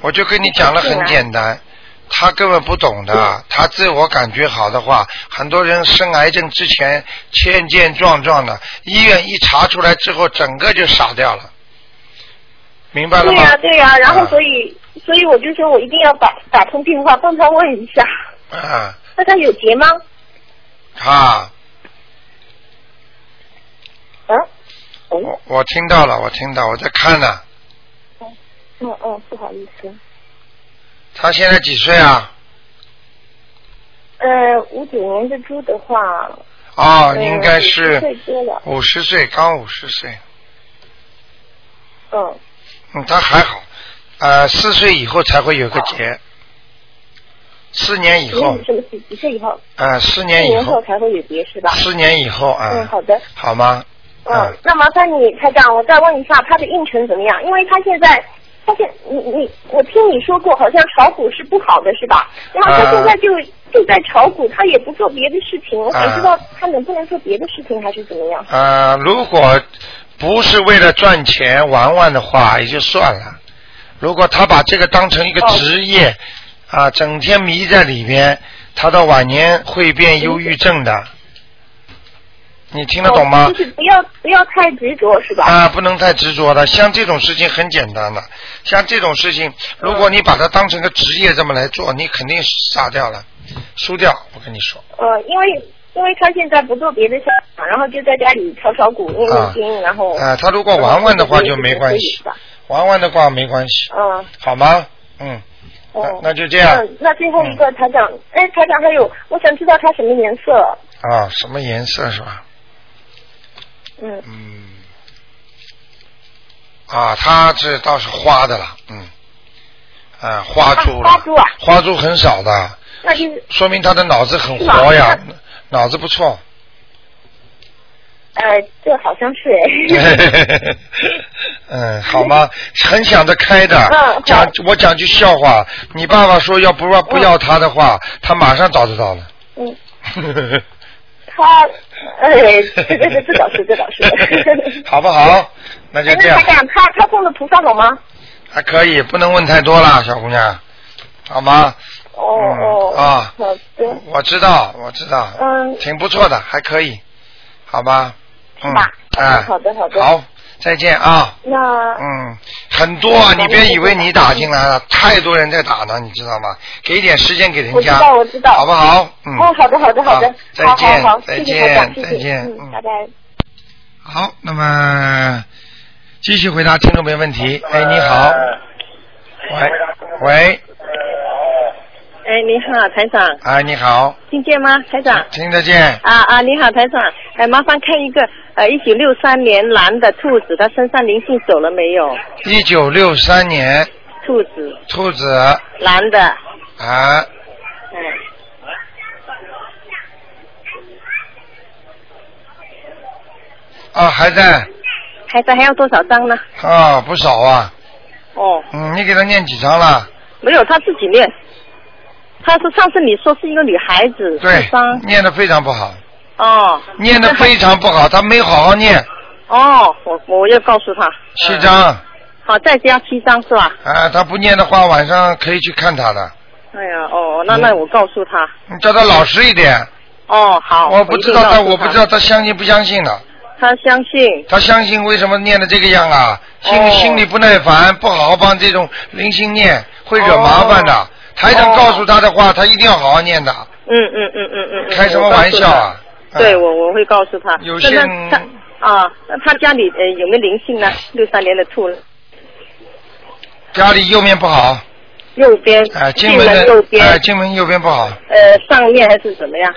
我就跟你讲了很简单，他根本不懂
嗯
的。他自我感觉好的话，很多人生癌症之前健健壮壮的，医院一查出来之后，整个就傻掉了，明白了
对
吗
呀、？对呀、然后
啊
所以、所以我就说我一定要打打通电话帮他问一下，
啊
那他有结吗？
啊，
啊？喂、
我我听到了，我听到，我在看呢。
嗯嗯，不好意思，
他现在几岁啊？
呃，五九年的猪的话，
哦，
呃
应该
50岁
是
多了，
五十岁，刚五十岁。
嗯，
嗯，他还好，呃，四岁以后才会有个结，四年以
所
后
以，嗯什么几几岁以后？
呃，四
一
年以
年
后
后，才会有结是吧？
四年以后啊，
嗯，好的，
好吗？
嗯
嗯，，
那麻烦你台长，我再问一下他的运程怎么样？因为他现在。他现你你，我听你说过，好像炒股是不好的，是吧？然后
啊
他现在就、就在炒股，他也不做别的事情，我
啊
想知道他能不能做别的事情，还是怎么样？
呃，如果不是为了赚钱玩玩的话，也就算了。如果他把这个当成一
哦
个职业，啊，整天迷在里边，他到晚年会变忧郁症的。你听得懂吗？
哦就是不要不要太执着，是吧？
啊，不能太执着了。像这种事情很简单的，像这种事情，如果你把它当成个职业这么来做，你肯定傻掉了，输掉。我跟你说，
呃，因为因为他现在不做别的事儿，然后就在家里炒炒股、念念经，然后
啊，他如果玩玩的话就没关系
是，吧？
玩玩的话没关系，
嗯。
好吗？嗯，
哦
那那就这样嗯
那那最后一个台长，哎，台长还有，我想知道它什么颜色。
啊，什么颜色是吧？
嗯，
嗯，啊，它这倒是花的了，嗯，啊，花猪了，
啊花猪啊
花猪很少的，
那就是
说明他的脑子很
是吗
活呀，脑子不错。
呃，这好像是哎。 [laughs]
[laughs] 嗯，好吗？很想得开的。
嗯好
讲我讲句笑话，你爸爸说要不要不要他的话，他马上找得到
[laughs]
了。
嗯，哎他哎，这这这这倒是这倒是。
好不好？ [laughs] 那就
哎
这样
那台长，他他供的菩萨好吗？
还可以，不能问太多了，小姑娘，好吗？
哦哦
嗯啊
好的，
我知道，我知道，
嗯
挺不错的，还可以，好吧？嗯
是吧，
哎，
好的好的
好，再见啊。
那
嗯，很多啊，你别以为你打进来了，太多人在打呢，你知道吗？给一点时间给人
我知
家，
道我知道
好不好？嗯，
哦，好的好的好的，
再
好
见，
好好，
再
谢谢台
见
长，，谢
再
谢，
见，
嗯，
嗯
拜拜。
好，那么继续回答听众朋友问题。
呃
哎，你好，喂，喂，
哎，你好，台长，
哎，你好，
听见吗，台长？
听得见？
啊啊，你好，台长，哎，麻烦看一个呃，一九六三年男的兔子，他身上灵性走了没有？
一九六三年，
兔子，
兔子
男的，
啊，
嗯，
啊还在，
还在还要多少张呢？
啊不少啊，
哦，
嗯，你给他念几张了？
没有，他自己念。他说上次你说是一个女孩子，
对
四张，
念的非常不好，
哦，
念的非常不
[laughs]
好，他没好好念，
哦，我我要告诉他嗯
七张
好，再加七张是吧？
啊，他不念的话，晚上可以去看他的，
哎呀，哦，那
嗯
那我告诉他，
你叫他老实一点。
哦，好，
我不
一
知
定
道他，
告诉
我不知道，他相信不相信了。
他相信，
他相信为什么念的这个样啊？心、
哦
心里不耐烦，不好好帮这种灵性念，会惹麻烦的。
哦
台长告诉他的话，他一定要好好念的。
嗯嗯嗯嗯嗯，嗯
开什么玩笑？啊？
我告诉他对，
啊
我我会告诉他。
有些嗯
那那他啊，那他家里呃有没有灵性呢？六三年的兔，
啊家里右面不好，
右边
哎、呃，
进
门的
右边，
哎、进门右边不好，
呃，上面还是怎么样？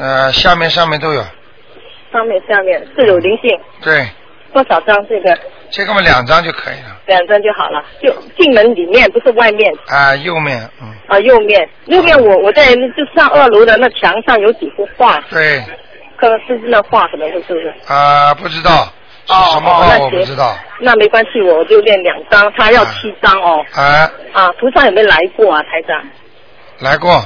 呃，下面上面都有。
上面下面是有灵性，
对，
多少张这个
这个嘛两张就可以了。
两张就好了，就进门里面不是外面
啊、右面，嗯，
啊、右面右面我我在就上二楼的那墙上有几幅画，
对，
可能是那画可能是不是？
啊、不知道是
哦
什么
哦
话
那
我不
行
知道，啊、
那没关系，我就练两张，他要七张哦。啊，菩萨有没有来过啊，台长？
来过，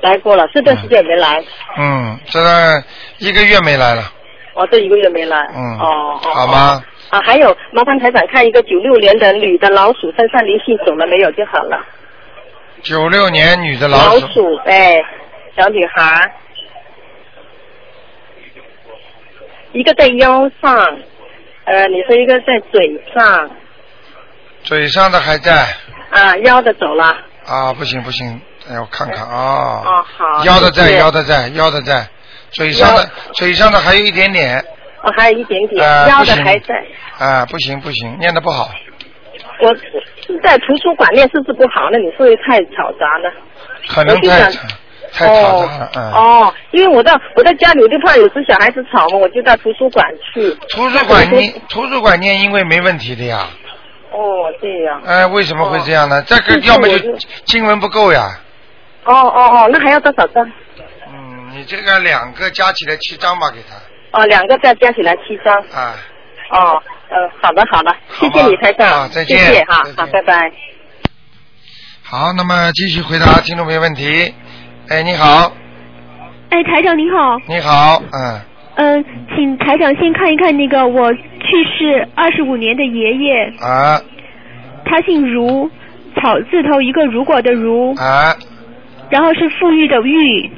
来过了，这段时间也没来，
嗯，这个一个月没来了，
哦，这一个月没来，
嗯，
哦，哦
好？吗？
啊，还有，麻烦台长看一个九六年的女的老鼠身上灵性走了没有就好了。
九六年女的
老
鼠，
鼠，哎，小女孩，一个在腰上，呃，你说一个在嘴上，
嘴上的还在
啊，腰的走了，
啊，不行不行，哎，我看看啊，
哦，好，
腰的在，
谢谢
腰，的在，腰的在，嘴上的嘴上的还有一点点，
哦，还有一点点，
呃
腰
不
的
行
还在。
啊，不行不行，念的不好，
我是在图书馆念，是不是不好？那你是不是太吵杂了？
可能
我就
太
想
太嘈杂了，嗯，
哦，因为我到我在家里，我就怕有时小孩子吵嘛，我就到图书馆去。
图书馆念图书馆念因为没问题的呀，
哦，这样。
哎，为什么会这样呢？这个
哦就是
要么
我
就
就
经文不够呀，
哦哦哦，那还要多少张？
嗯，你这个两个加起来七张吧，给他
哦，两个再加起来七张。
啊。
哦，呃，好的好的，谢谢你台
好吧啊
长，
再
谢
见
谢哈
再见，
好，拜拜。
好，那么继续回答听众朋友问题。哎，你好，
哎，台长您好，
你好，嗯，
嗯、请台长先看一看那个我去世二十五年的爷爷，
啊
他姓如，草字头一个如果的如，
啊，
然后是富裕的裕，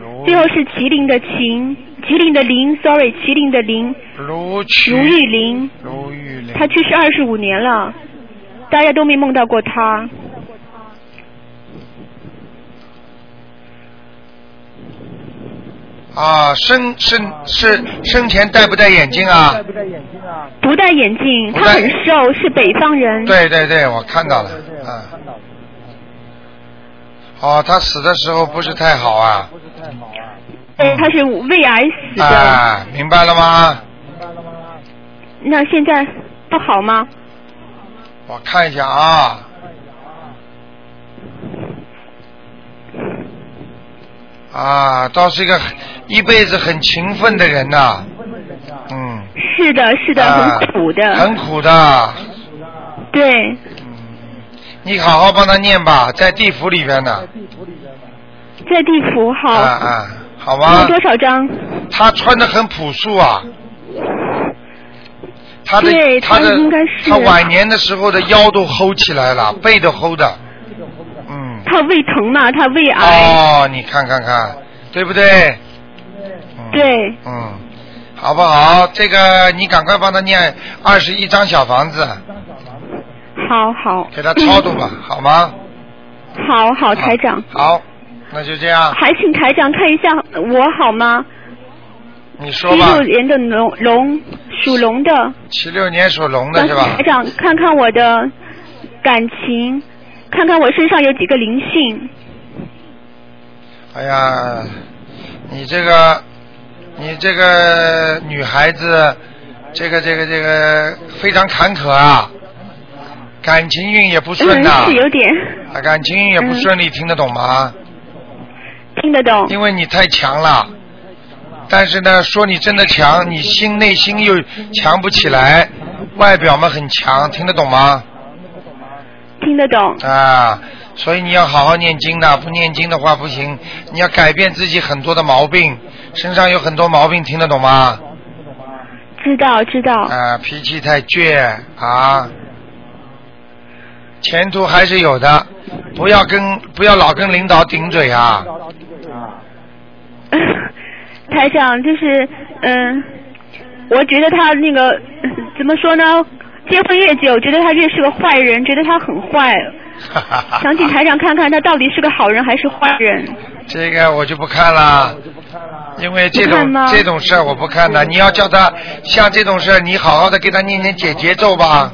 如
最后是麒麟的麒，麒麟的麟，sorry，麒麟的麟，
如
如
去
玉麟，
如玉玲，
他去世二十五年了，大家都没梦到过他。
啊，生生是生前戴不戴眼镜啊？
不戴眼镜，
不
他
戴
很瘦，是北方人。
对对对，我看到了，嗯。哦，他死的时候不是太好啊，
对，他是胃癌死的。
啊，明白了吗？
那现在不好吗？
我看一下啊。啊，倒是一个很一辈子很勤奋的人呐、嗯，
是的，是的，
啊
很苦的。
很苦的。
对，
你好好帮他念吧，在地府里边呢。
在地府好。
啊啊，好
有
吗？
多少张？
他穿的很朴素啊，他的
对
他的
他应该是
他晚年的时候的腰都齁起来了，背都齁的。嗯。
他胃疼呢，他胃癌。
哦，你看看看，对不对？嗯。
对，
嗯，好不好？这个你赶快帮他念二十一张小房子，
好好。
给他超度吧，啊好吗？
嗯。好好，台长。
好，那就这样，
还请台长看一下我好吗？
你
一
说吧
六。年的龙龙，属龙的，
七六年属龙的
让
是吧
台？长看看我的感情，看看我身上有几个灵性。
哎呀，你这个，你这个女孩子，这个这个这个非常坎坷啊，感情运也不顺
嗯，
呐、
是有点
啊，感情运也不顺利，听得懂吗？
听得懂。
因为你太强了，但是呢，说你真的强，你心内心又强不起来，外表嘛很强，听得懂吗？
听得懂，
啊，所以你要好好念经的，不念经的话不行，你要改变自己很多的毛病，身上有很多毛病，听得懂吗？
知道知道，
啊，脾气太倔啊，前途还是有的，不要跟不要老跟领导顶嘴啊， [laughs]
[laughs] 台长就是嗯，我觉得他那个怎么说呢？结婚越久，觉得他越是个坏人，觉得他很坏。
哈哈哈
想请台长看看他到底是个好人还是坏人。
这个我就不看了，因为这
不看
种
吗
这种事儿我不看的。你要叫他像这种事儿，你好好的给他念念解节奏吧。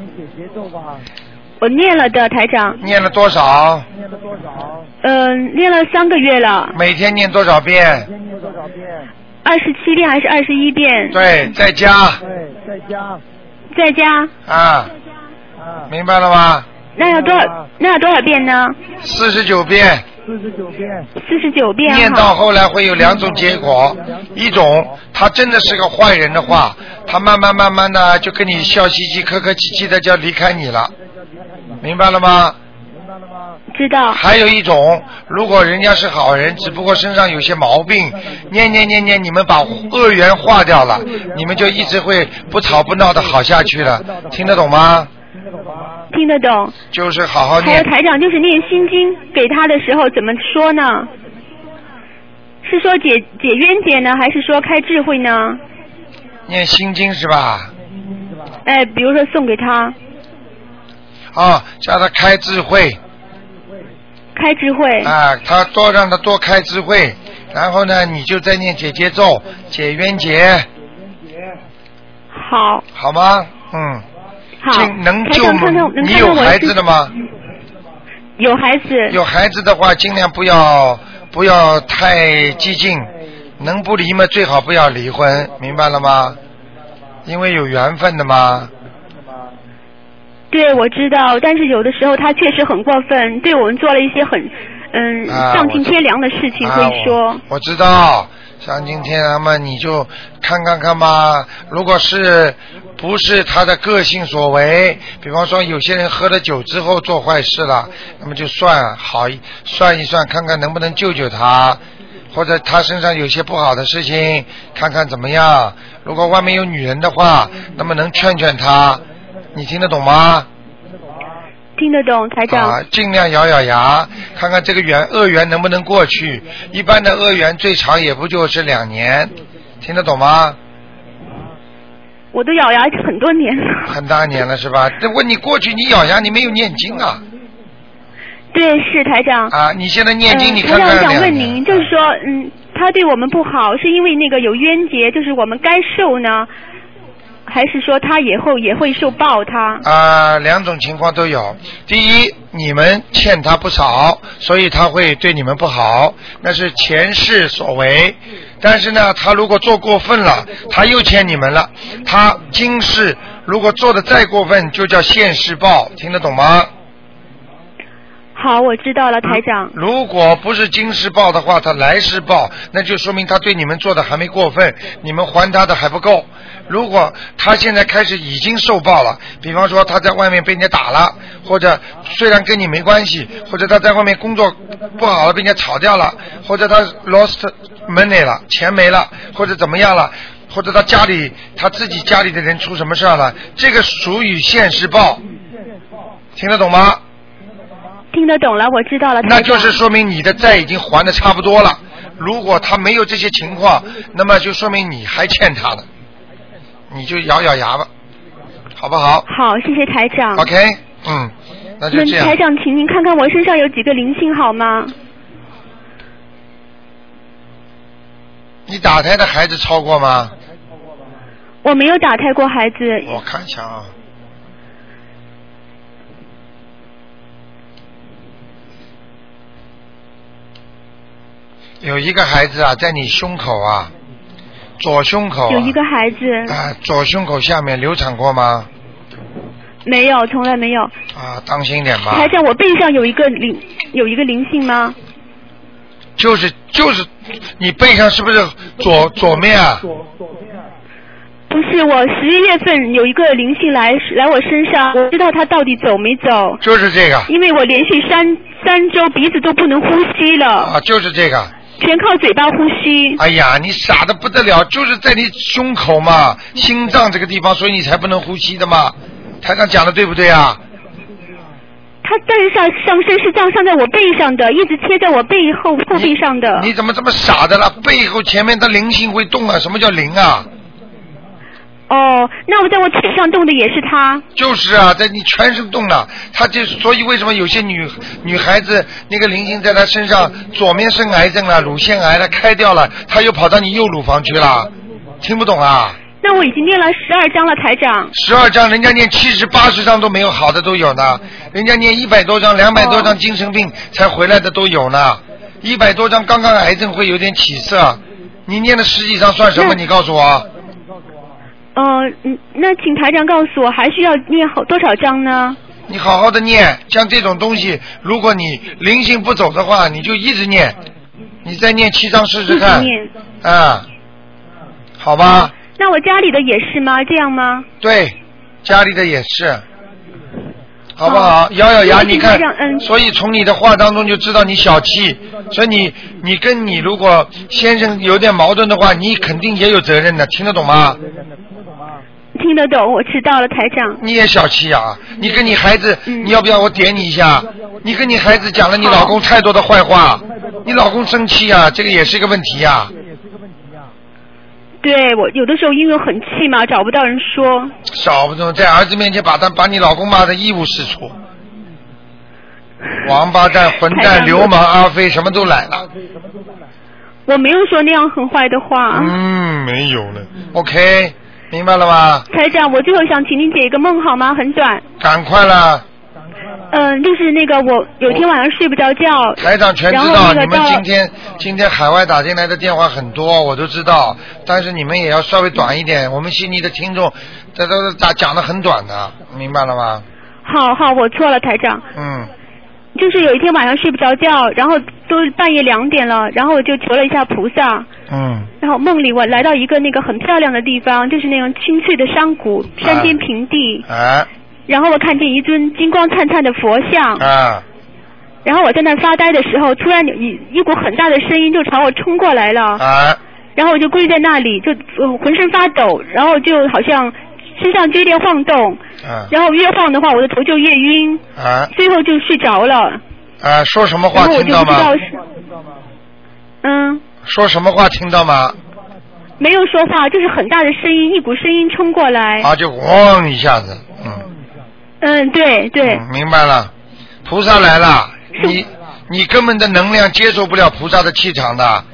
我念了的台长，
念了多少？
嗯、念了三个月了，
每天念多少遍？
二十七遍还是二十一遍？
对，在家
在家
啊，明白了吗？
那要多少？那要多少遍呢？
四十九遍，
四十九遍
念
哈
到。后来会有两种结果，一种他真的是个坏人的话，他慢慢慢慢的就跟你笑嘻嘻、客客气气的就要离开你了，明白了吗？
知道，
还有一种，如果人家是好人，只不过身上有些毛病，念念念念，你们把恶缘化掉了，你们就一直会不吵不闹的好下去了，听得懂吗？
听得懂。
就是好好
还有
念，
台长，就是念心经给他的时候怎么说呢？是说解解冤结呢，还是说开智慧呢？
念心经是吧？
哎，比如说送给他
啊，叫他开智慧
开智慧，
啊，他多让他多开智慧，然后呢，你就再念解结咒、解冤结，
好
好吗？嗯，
好
尽。能
台
救
长看看能
你
看
有
看我
孩
是
子的吗？
有孩子，
有孩子的话，尽量不要不要太激进，能不离嘛最好不要离婚，明白了吗？因为有缘分的嘛。
对我知道，但是有的时候他确实很过分，对我们做了一些很嗯、
啊
丧尽天良的事情，可
啊
以说、
我。我知道，像今天他们你就看看看吧。如果是不是他的个性所为，比方说有些人喝了酒之后做坏事了，那么就算好一算一算，看看能不能救救他。或者他身上有些不好的事情，看看怎么样。如果外面有女人的话，那么能劝劝他，你听得懂吗？
听得懂台长。
啊，尽量咬咬牙，看看这个缘恶缘能不能过去。一般的恶缘最长也不就是两年，听得懂吗？
我都咬牙很多
[laughs]
年了。
很大年了是吧？这问你过去你咬牙，你没有念经啊
对，是台长。
啊！你现在念经，
嗯
你看看
台长我想
两
问
年
您，就是说，嗯，他对我们不好，是因为那个有冤结，就是我们该受呢，还是说他以后也会受报他？
啊，两种情况都有。第一，你们欠他不少，所以他会对你们不好，那是前世所为。但是呢，他如果做过分了，他又欠你们了。他今世如果做的再过分，就叫现世报，听得懂吗？
好，我知道了，台长。
如果不是今世报的话，他来世报，那就说明他对你们做的还没过分，你们还他的还不够。如果他现在开始已经受报了，比方说他在外面被人家打了，或者虽然跟你没关系，或者他在外面工作不好了被人家炒掉了，或者他 lost money 了，钱没了，或者怎么样了。或者他家里他自己家里的人出什么事儿了，这个属于现世报，听得懂吗？
听得懂了，我知道了。
那
台
就
长
是说明你的债已经还的差不多了。如果他没有这些情况，那么就说明你还欠他的，你就咬咬牙吧，好不好
好，谢谢台长。
？OK，嗯，那就
那
这样
台。长，请您看看我身上有几个灵性好吗？
你打胎的孩子超过吗？
我没有打胎过孩子，
我看一下啊。有一个孩子啊，在你胸口啊，左胸口啊、
有一个孩子
啊，左胸口下面流产过吗？
没有，从来没有。
啊，当心点吧。
台长，我背上有一个灵，有一个灵性吗？
就是就是，你背上是不是左左面啊？
不是，我十一月份有一个灵性来来我身上，我知道他到底走没走，
就是这个
因为我连续三三周鼻子都不能呼吸了，
啊，就是这个。
全靠嘴巴呼吸。
哎呀，你傻的不得了，就是在你胸口嘛，心脏这个地方，所以你才不能呼吸的嘛。台长讲的对不对啊？
他但是上上身是这样上在我背上的，一直贴在我背后后背上的。
你怎么这么傻的啦？背后前面的灵性会动啊？什么叫灵啊？
哦，那我在我腿上动的也是他。
就是啊，在你全身动了，他就所以为什么有些女女孩子那个灵性在她身上，左面生癌症了，乳腺癌了，开掉了，她又跑到你右乳房去了，听不懂啊？
那我已经念了十二章了，台长。
十二章，人家念七十八十章都没有好的都有呢，人家念一百多章、两百多章精神病才回来的都有呢，一百多章刚刚癌症会有点起色，你念了十几章算什么？
那
你告诉我，
呃，嗯，那请台长告诉我，还需要念好多少章呢？
你好好的念，像这种东西，如果你灵性不走的话，你就一直念，你再念七章试试
一
看
直，念。
啊、好吧，
那我家里的也是吗？这样吗？
对，家里的也是。好不好
好？
咬咬牙，
那
你
请
看
台长，嗯
所以从你的话当中就知道你小气，所以你你跟你如果先生有点矛盾的话，你肯定也有责任的，听得懂吗？
听得懂，我知道了，台长。
你也小气啊！你跟你孩子，
嗯
你要不要我点你一下？你跟你孩子讲了你老公太多的坏话，你老公生气啊，这个也是一个问题啊。
对我有的时候因为很气嘛，找不到人说。
少不中在儿子面前把他把你老公骂得一无是处，王八蛋、混
台
蛋、
长
流氓、阿飞什么都来了。
我没有说那样很坏的话。
嗯，没有了。OK，明白了吧？
台长，我最后想请您解一个梦好吗？很短。
赶快啦！
嗯，就是那个我有天晚上睡不着觉，
台长全知
然
道，
后那个
你们
到
今天今天海外打进来的电话很多，我都知道，但是你们也要稍微短一点。我们悉尼的听众，这都打讲的很短的，明白了吗？
好好，我错了，台长。
嗯，
就是有一天晚上睡不着觉，然后都半夜两点了，然后我就求了一下菩萨，
嗯，
然后梦里我来到一个那个很漂亮的地方，就是那种青翠的山谷，山间平地，
啊
然后我看见一尊金光灿灿的佛像，
啊
然后我在那儿发呆的时候，突然有一一股很大的声音就朝我冲过来了，
啊！
然后我就跪在那里，就、呃浑身发抖，然后就好像身上剧烈晃动，
啊
然后越晃的话我的头就越晕，
啊
最后就睡着了，
啊！说什么
然
话
后我
听
就
到
不知
吗
道？是，嗯。
说什么话听到吗？
没有说话，就是很大的声音，一股声音冲过来。
啊，就咣一下子，嗯。
嗯，对对，
嗯明白了，菩萨来了，
是
你你根本的能量接受不了菩萨的气场的。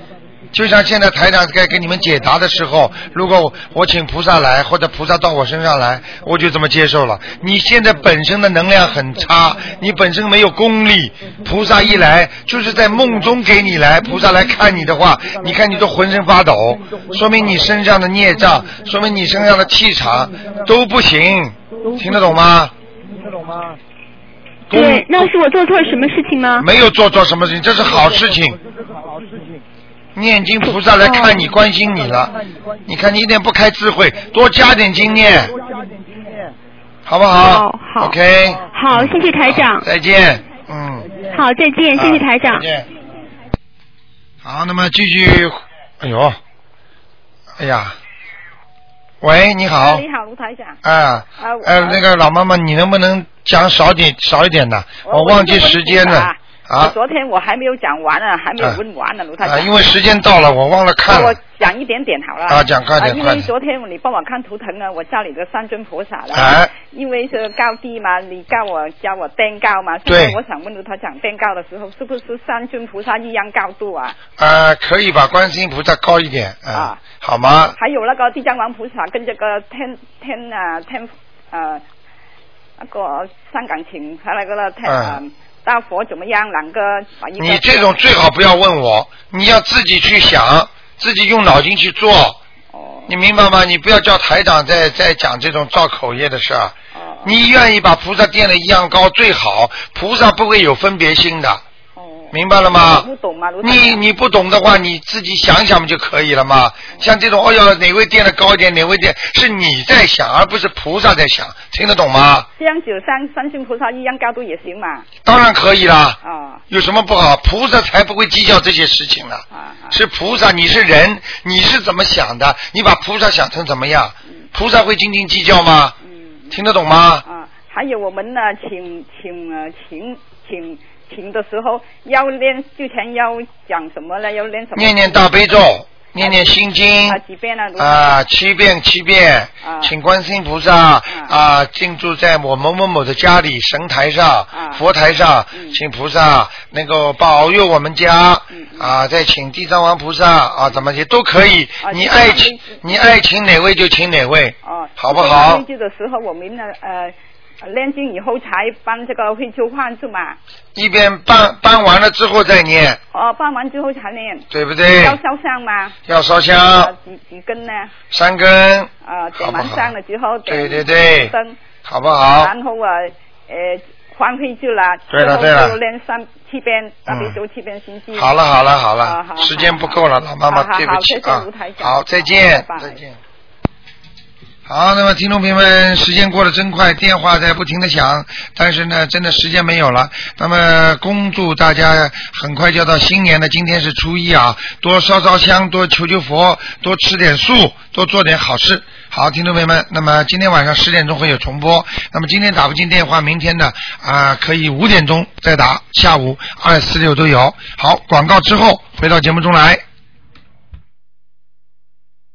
就像现在台长在给你们解答的时候，如果我我请菩萨来，或者菩萨到我身上来，我就这么接受了。你现在本身的能量很差，你本身没有功力，菩萨一来就是在梦中给你来，菩萨来看你的话，你看你都浑身发抖，说明你身上的孽障，说明你身上的气场都不行，听得懂吗？听得懂吗？
对，那是我做错了什么事情吗？
没有做错什么事情，这是好事情。念经菩萨来看你，关心你了。你看你一点不开智慧，多加点经验，好不好
好好
o k
好，谢谢台长。
再见。嗯，
好，再见，谢谢台
啊
长
再。见。好，那么继续。哎呦，哎呀，喂，你好
哎。你好，卢台长。
啊，
啊我
呃，那个老妈妈，你能不能讲少点少一点呢？我
我
忘记时间了
我
啊
昨天我还没有讲完呢，还没有问完呢，卢台
啊！
长。
因为时间到了，我忘了看
我
了。
讲一点点好了。
啊讲快点
啊因
快
为
点
昨天你帮我看图腾啊，我家里的三尊菩萨了。
哎
因为是高低嘛，你叫我教我登高嘛。
对
现在我想问卢台长，登高的时候是不是三尊菩萨一样高度啊？
啊，可以把观世音菩萨高一点啊
啊，
好吗？
还有那个地藏王菩萨跟这个天天啊天呃那个香港情，还有那个那天、
嗯
呃大佛怎么样？两个把一个
你这种最好不要问我，你要自己去想，自己用脑筋去做。
哦
你明白吗？你不要叫台长在在讲这种造口业的事
哦
儿。啊你愿意把菩萨垫的一样高最好，菩萨不会有分别心的。明白了吗？
哦不懂嘛？卢台长
你你不懂的话，你自己想想不就可以了吗？像这种，哦哟，哪位垫的高一点，哪位垫，是你在想，而不是菩萨在想，听得懂吗？
这样子三三尊菩萨一样高度也行嘛？
当然可以啦，
哦
啊、
有什么不好？菩萨才不会计较这些事情呢。是菩萨，你是人，你是怎么想的？你把菩萨想成怎么样？菩萨会斤斤计较吗？
嗯
听得懂吗？
啊，还有我们呢，请请呃请请请的时候要练之前要讲什么呢？要练什么？
念念大悲咒，念念心经。
啊，几遍呢？卢台长
啊，七遍七遍，请观世音菩萨啊进驻在我某某某的家里神台上、佛台上，请菩萨能够保佑我们家啊，再请地藏王菩萨啊，怎么也都可以。你爱请你爱请哪位就请哪位，
哦，
好不
这个
好
会？修的时候，我们呢呃练经以后才帮这个会修换是吗？
一边搬搬完了之后再念，
哦，办完之后才练。
对不对
要烧香吗？
要嗯烧香
呃几几根呢？
三根，好
啊，点
不好
完香了之后，
对对
点
对
灯，
好不好？
然后啊，呃，还回去了。
对了
最后
对了
就练三七遍，大悲
嗯
咒七遍心经。
好了好了好
啊
了，时间不够了，老妈妈
好好，
对不
好
起
谢谢
啊
卢台。长
好，再见，
拜拜
再见。好，那么听众朋友们，时间过得真快，电话在不停的响，但是呢，真的时间没有了。那么恭祝大家很快就要到新年了，今天是初一啊，多烧烧香，多求求佛，多吃点素，多做点好事。好，听众朋友们，那么今天晚上十点钟会有重播。那么今天打不进电话，明天呢啊、可以五点钟再打，下午二四六都有。好，广告之后回到节目中来。